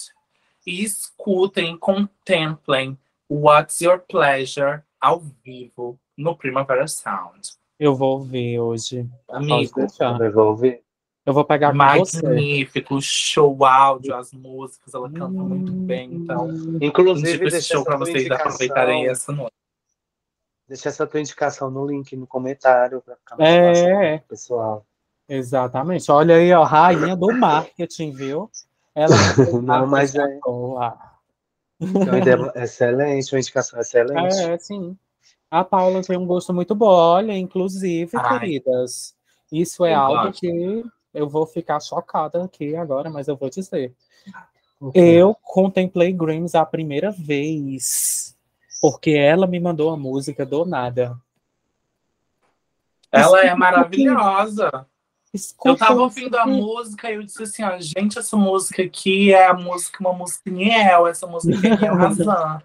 B: E escutem, contemplem What's Your Pleasure ao vivo no Primavera Sound.
A: Eu vou ouvir hoje.
B: Amigo,
A: Tá.
C: Eu vou ouvir.
A: Eu vou pegar com você.
B: magnífico, show áudio, as músicas, ela canta muito bem. Então, indico
C: Inclusive,
B: esse
C: deixa
B: show
C: essa,
B: para
C: tua
B: vocês
C: indicação,
B: aproveitarem essa noite.
C: deixa essa tua indicação no link, no comentário, pra ficar mais
A: É,
C: fácil
A: é.
C: pro pessoal.
A: Exatamente. Olha aí, ó, rainha do marketing, viu? Ela
C: Não, mas é,
A: lá.
C: é uma ideia excelente, uma indicação excelente.
A: É, sim. A Paula tem um gosto muito bom. Olha, inclusive,
B: Ai.
A: queridas, isso é
B: Eu
A: algo
B: gosto.
A: que eu vou ficar chocada aqui agora, mas eu vou dizer.
C: Ok.
A: Eu contemplei Grimes a primeira vez, porque ela me mandou a música do nada.
B: Ela é
A: Escuta um pouquinho.
B: maravilhosa.
A: Escuta
B: Eu tava
A: isso
B: ouvindo a
A: aqui.
B: música e eu disse assim, ó, gente, essa música aqui é a música, uma música Niel, essa música aqui é Niel Razan.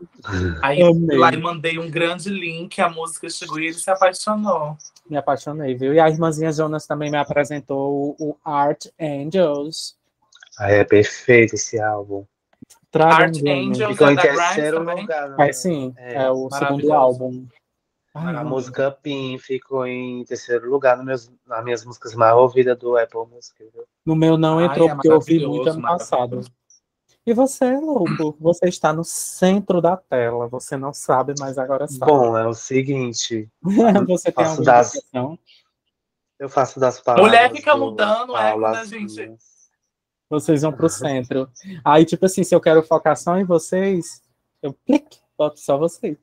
B: Aí eu fui
A: Amei.
B: lá e mandei um grande link, a música chegou e ele se apaixonou.
A: Me apaixonei, viu? E a irmãzinha Jonas também me apresentou o Art Angels.
C: Ah, é perfeito esse álbum.
A: Traga
B: Art
A: um Grimes.
B: Angels.
C: Ficou
B: é
C: em
B: da Grimes
C: terceiro
B: também?
C: lugar. né?
A: Mas sim, é,
C: É,
A: o segundo
B: maravilhoso.
A: álbum. Ai,
C: A
A: não.
C: música Pin ficou em terceiro lugar no meus, nas minhas músicas mais ouvidas do Apple Music. viu?
A: No meu não
B: Ai,
A: entrou,
B: é
A: porque eu ouvi muito
B: maravilhoso,
A: ano passado. E você, Lobo, você está no centro da tela. Você não sabe, mas agora sabe.
C: Bom, é o seguinte,
A: você tem
C: faço
A: alguma
C: das-
A: indicação?
C: eu faço das palavras.
B: Mulher fica
C: do
B: mudando, é,
C: Paulo
B: quando a gente-
C: Assunção.
A: Vocês vão pro centro. Aí, tipo assim, se eu quero focar só em vocês, eu clique, boto só vocês.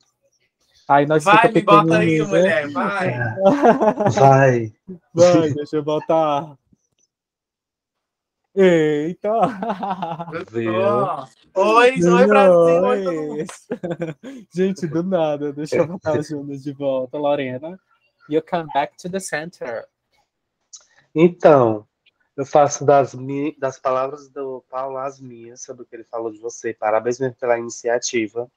A: Aí nós
B: Vai,
A: fica
B: me bota aí,
A: pequenininho, né?
B: mulher, vai.
C: Ah, Vai.
A: Vai, deixa eu botar. Eita! É.
C: Viu?
B: Ó, Oi, oi, Brasil, oi, todo mundo.
A: Nice. é Gente, do nada, deixa eu botar as Jonas de volta, Lorena. You come back to the center.
C: Então, eu faço das, mi- das palavras do Paulo as minhas, sobre o que ele falou de você. Parabéns mesmo pela iniciativa.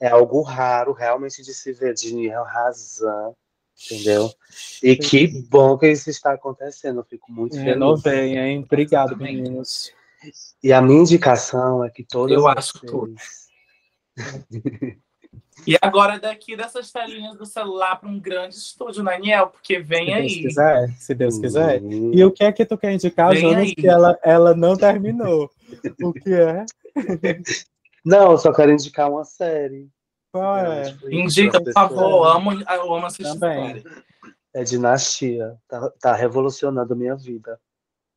C: É algo raro, realmente, de se ver de Nihal Razan, entendeu? E que bom que isso está acontecendo, eu fico
B: É,
C: muito feliz.
A: Renovei, É, hein? Obrigado,
B: Exatamente.
A: meninos.
C: E a minha indicação é que todas
B: Eu acho
C: vocês-
B: tudo. E agora daqui dessas telinhas do celular para um grande estúdio, né, Niel? Porque
A: Se
B: vem
A: Deus
B: aí.
A: quiser, se Deus quiser.
C: Hum,
A: E o que é que tu quer indicar,
B: Vem
A: Jonas,
B: aí.
A: que ela, ela não terminou? O que é?
C: Não, eu só quero indicar uma série.
A: Qual é?
C: Netflix,
B: Ah, Indica, por
C: pras
B: favor, eu
C: pessoas.
B: amo, eu amo assistir
A: Também.
B: série.
C: É Dinastia. Tá, tá revolucionando a minha vida.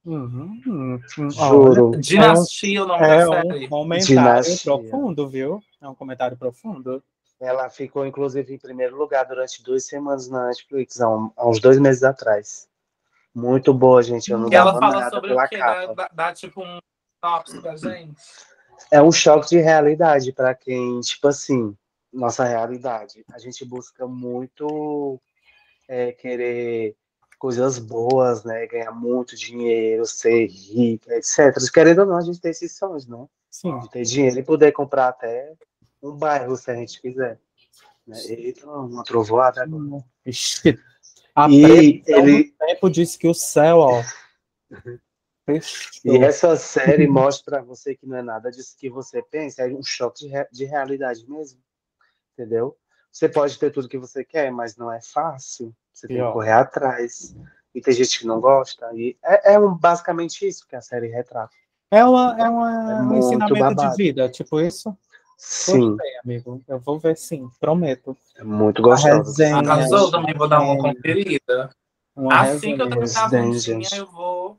A: Uhum, uhum. Olha,
C: Juro.
B: Dinastia, o nome
A: É
B: da
A: um
B: série.
A: comentário
C: Dinastia.
A: profundo, viu? É um comentário profundo.
C: Ela ficou, inclusive, em primeiro lugar durante duas semanas na Netflix, há, um- há uns dois meses atrás. Muito boa, gente. Eu não
B: E ela
C: dava
B: fala
C: nada
B: sobre
C: pela
B: o quê? né? Dá,
C: capa.
B: dá- dá, tipo um sinopse pra gente?
C: É um choque de realidade para quem, tipo assim, nossa realidade. A gente busca muito é, querer coisas boas, né? Ganhar muito dinheiro, ser rica, etc. Querendo ou não, a gente tem esses sonhos, né?
A: Sim.
C: de ter dinheiro e poder comprar até um bairro se a gente quiser. Né? Eita, uma trovoada agora.
A: Ixi. A
C: E,
A: previsão do
C: ele,
A: tempo diz que o céu, ó. Fechou.
C: e é essa série mostra pra você que não é nada disso que você pensa, é um choque de, re- de realidade mesmo. Entendeu? Você pode ter tudo que você quer, mas não é fácil. Você tem
A: Pior.
C: que correr atrás. E tem gente que não gosta. E é, é um, basicamente isso que a série retrata.
A: É, uma, é, uma-
C: É
A: um
C: muito
A: ensinamento
C: babado.
A: de vida, tipo isso?
C: Sim,
A: Gostei, amigo. Eu vou ver sim, prometo.
C: é muito gostosa.
A: resenha. Sim,
B: Arrasou,
A: é.
B: também vou dar uma conferida.
A: Uma
B: Assim que
A: resenha.
B: eu terminar a
C: Resenha,
B: pontinha,
C: gente.
B: eu vou.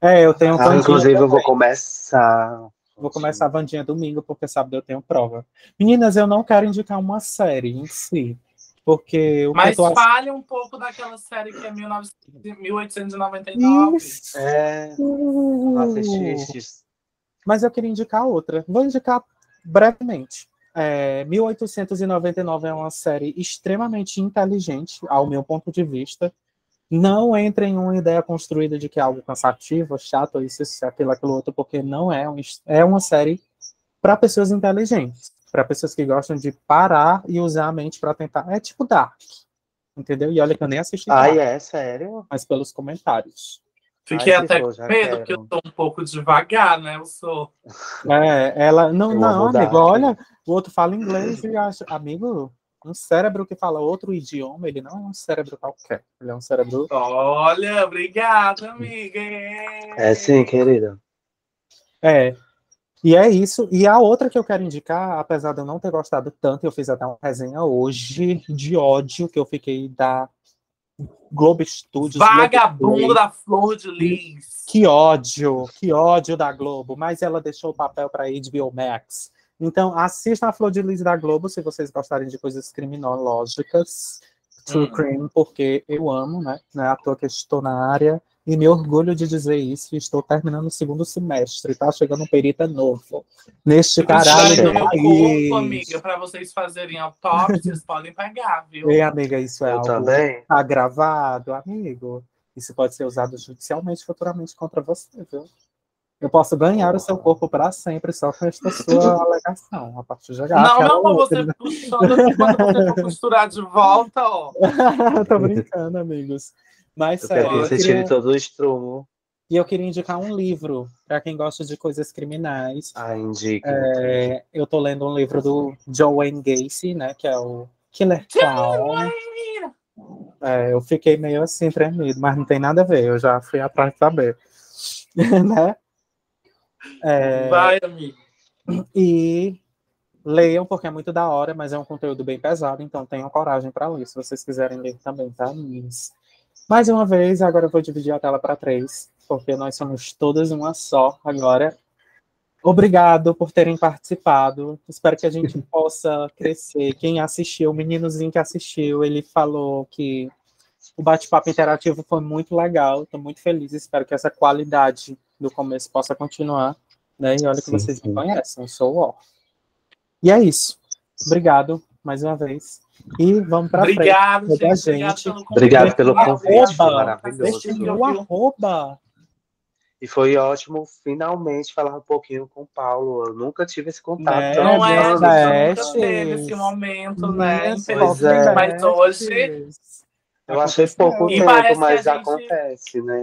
A: É, eu tenho
C: Ah,
A: Vandinha
C: inclusive, eu vou
A: também.
C: começar.
A: Vou começar a Vandinha domingo, porque sábado eu tenho prova. Meninas, eu não quero indicar uma série em si, porque o que
B: Mas
A: eu tô assistindo.
B: fale um pouco daquela série que é 1900 1899.
C: É. Não
A: Uh.
C: assististe.
A: Mas eu queria indicar outra. Vou indicar brevemente. É, 1899 é uma série extremamente inteligente, ao meu ponto de vista. Não entre em uma ideia construída de que é algo cansativo, chato, isso, isso, aquilo, aquilo outro, porque não é. Um, é uma série para pessoas inteligentes. para pessoas que gostam de parar e usar a mente para tentar. É tipo Dark. Entendeu? E olha que eu nem assisti.
C: Ah,
A: Dark,
C: é? Sério?
A: mas pelos comentários.
B: Fiquei
C: Ai,
B: até
C: que
B: com
C: bom, já
B: medo,
C: quero.
B: porque eu sou um pouco devagar, né? Eu sou.
A: É, ela. Não,
C: Eu
A: não,
C: amo Dark.
A: amigo, olha, o outro fala inglês e acha. Amigo, um cérebro que fala outro idioma, ele não é um cérebro qualquer. Ele é um cérebro.
B: Olha, obrigada, amiga.
C: É sim, querida.
A: É. E é isso. E a outra que eu quero indicar, apesar de eu não ter gostado tanto, eu fiz até uma resenha hoje de ódio que eu fiquei da Globo Studios. Globo Play.
B: Vagabundo da Flor de Lis.
A: Que ódio, que ódio da Globo, mas ela deixou o papel para HBO Max. Então, assistam a Flor de Lis da Globo se vocês gostarem de coisas criminológicas, true
B: Hum.
A: crime, porque eu amo, né? Não é à toa que eu estou na área e me orgulho de dizer isso. e Estou terminando o segundo semestre, tá chegando um perita novo neste
B: Eu tirarei
A: caralho
B: então
A: então do
B: do meu
A: país.
B: corpo, amiga, pra vocês fazerem autópsia, vocês podem pagar, viu?
A: Ei, amiga, isso é
C: Eu
A: algo
C: também.
A: agravado, amigo. Isso pode ser usado judicialmente futuramente contra você, viu? Eu posso ganhar o seu corpo para sempre só com esta sua alegação. A partir de agora.
B: não,
A: Aquela
B: não, mas
A: outra,
B: você puxando aqui, quando você for costurar de volta, ó.
A: né? Tô brincando, amigos. Mas
C: Eu
A: sério,
C: quero
B: Sério,
C: que
A: eu
C: você
A: queria- um,
C: tire todo o estrumo.
A: e eu queria indicar um livro para quem gosta de coisas criminais.
C: Ah, indica.
A: É, eu tô lendo um livro do Joe Wayne Gacy, né? Que é o Killer Clown. É, eu fiquei meio assim, tremido, mas não tem nada a ver, eu já fui atrás de saber. né? É,
B: Vai, amigo.
A: E leiam, porque é muito da hora, mas é um conteúdo bem pesado, então tenham coragem para ler, se vocês quiserem ler também, tá? meninas? Mais uma vez, agora eu vou dividir a tela para três, porque nós somos todas uma só agora. Obrigado por terem participado. Espero que a gente possa crescer. Quem assistiu, o meninozinho que assistiu, ele falou que o bate-papo interativo foi muito legal. Estou muito feliz. Espero que essa qualidade do começo possa continuar. Né? E olha que
C: Sim,
A: vocês
C: sim.
A: me conhecem, eu sou o ó. E é isso. Obrigado mais uma vez. E vamos para frente.
B: Obrigado,
A: Toda a
B: gente. Obrigado
A: gente.
B: pelo convite.
C: Obrigado pelo
B: Arroba.
C: convite, foi
A: Deixa
C: maravilhoso.
A: o arroba.
C: E foi ótimo finalmente falar um pouquinho com o Paulo. Eu nunca tive esse contato.
A: Né?
C: tão
B: Não é,
C: anos,
B: a
A: Né?
B: gente nunca teve esse momento, né?
A: Minhas
C: Pois
B: Infelizmente.
C: é.
B: Mas hoje-
C: Eu achei pouco
B: E
C: tempo,
B: parece que a
C: mas
B: gente-
C: acontece, né?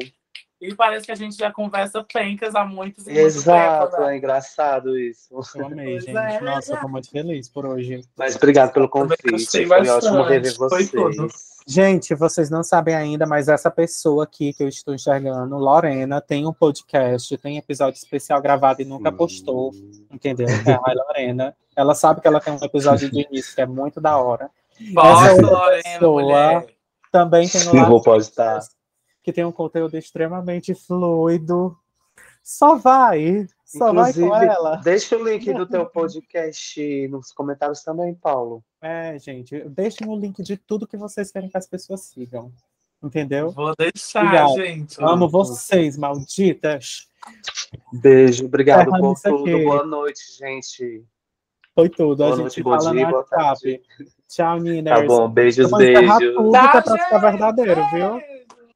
B: E parece que a gente já conversa pencas há muitos e muito tempo.
C: Exato,
B: né?
C: é engraçado isso.
A: Eu amei,
B: Pois
A: gente.
B: é,
A: Nossa, eu
B: verdade.
A: tô muito feliz por hoje.
C: Mas obrigado pelo
B: Também
C: convite.
B: gostei
C: Foi
B: bastante,
C: ótimo rever
B: foi
C: vocês.
B: tudo.
A: Gente, vocês não sabem ainda, mas essa pessoa aqui que eu estou enxergando, Lorena, tem um podcast, tem episódio especial gravado e
C: Hum.
A: nunca postou. Entendeu? É a Rai Lorena. Ela sabe que ela tem um episódio de início que é muito da hora.
B: Posso,
A: Essa é
B: Lorena,
A: pessoa-
B: mulher.
A: Também tem o
C: Não vou
A: Lado
C: postar.
A: que tem um conteúdo extremamente fluido. Só vai, só vai
C: Inclusive,
A: com ela.
C: deixa o link do teu podcast nos comentários também, Paulo.
A: É, gente, deixem o link de tudo que vocês querem que as pessoas sigam. Entendeu?
B: Vou deixar,
A: Obrigado.
B: gente.
A: Amo vocês, malditas.
C: Beijo, obrigado
A: Errando
C: por
A: Ah, isso aqui.
C: tudo. Boa noite, gente.
A: Foi tudo. A
C: Boa
A: gente
C: noite, bom
A: fala
C: dia,
A: no
C: boa
A: WhatsApp. Tchau, Niners.
C: Tá bom,
A: Eu
C: beijos,
A: vou encerrar
C: beijos.
A: tudo que é pra ficar
B: gente.
A: verdadeiro, viu?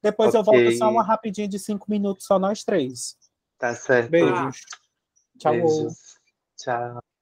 A: Depois eu
C: Ok.
A: volto só uma rapidinha de cinco minutos, só nós três.
B: Ah.
C: Tá certo.
A: Beijos. Tchau.
C: Beijos. Tchau.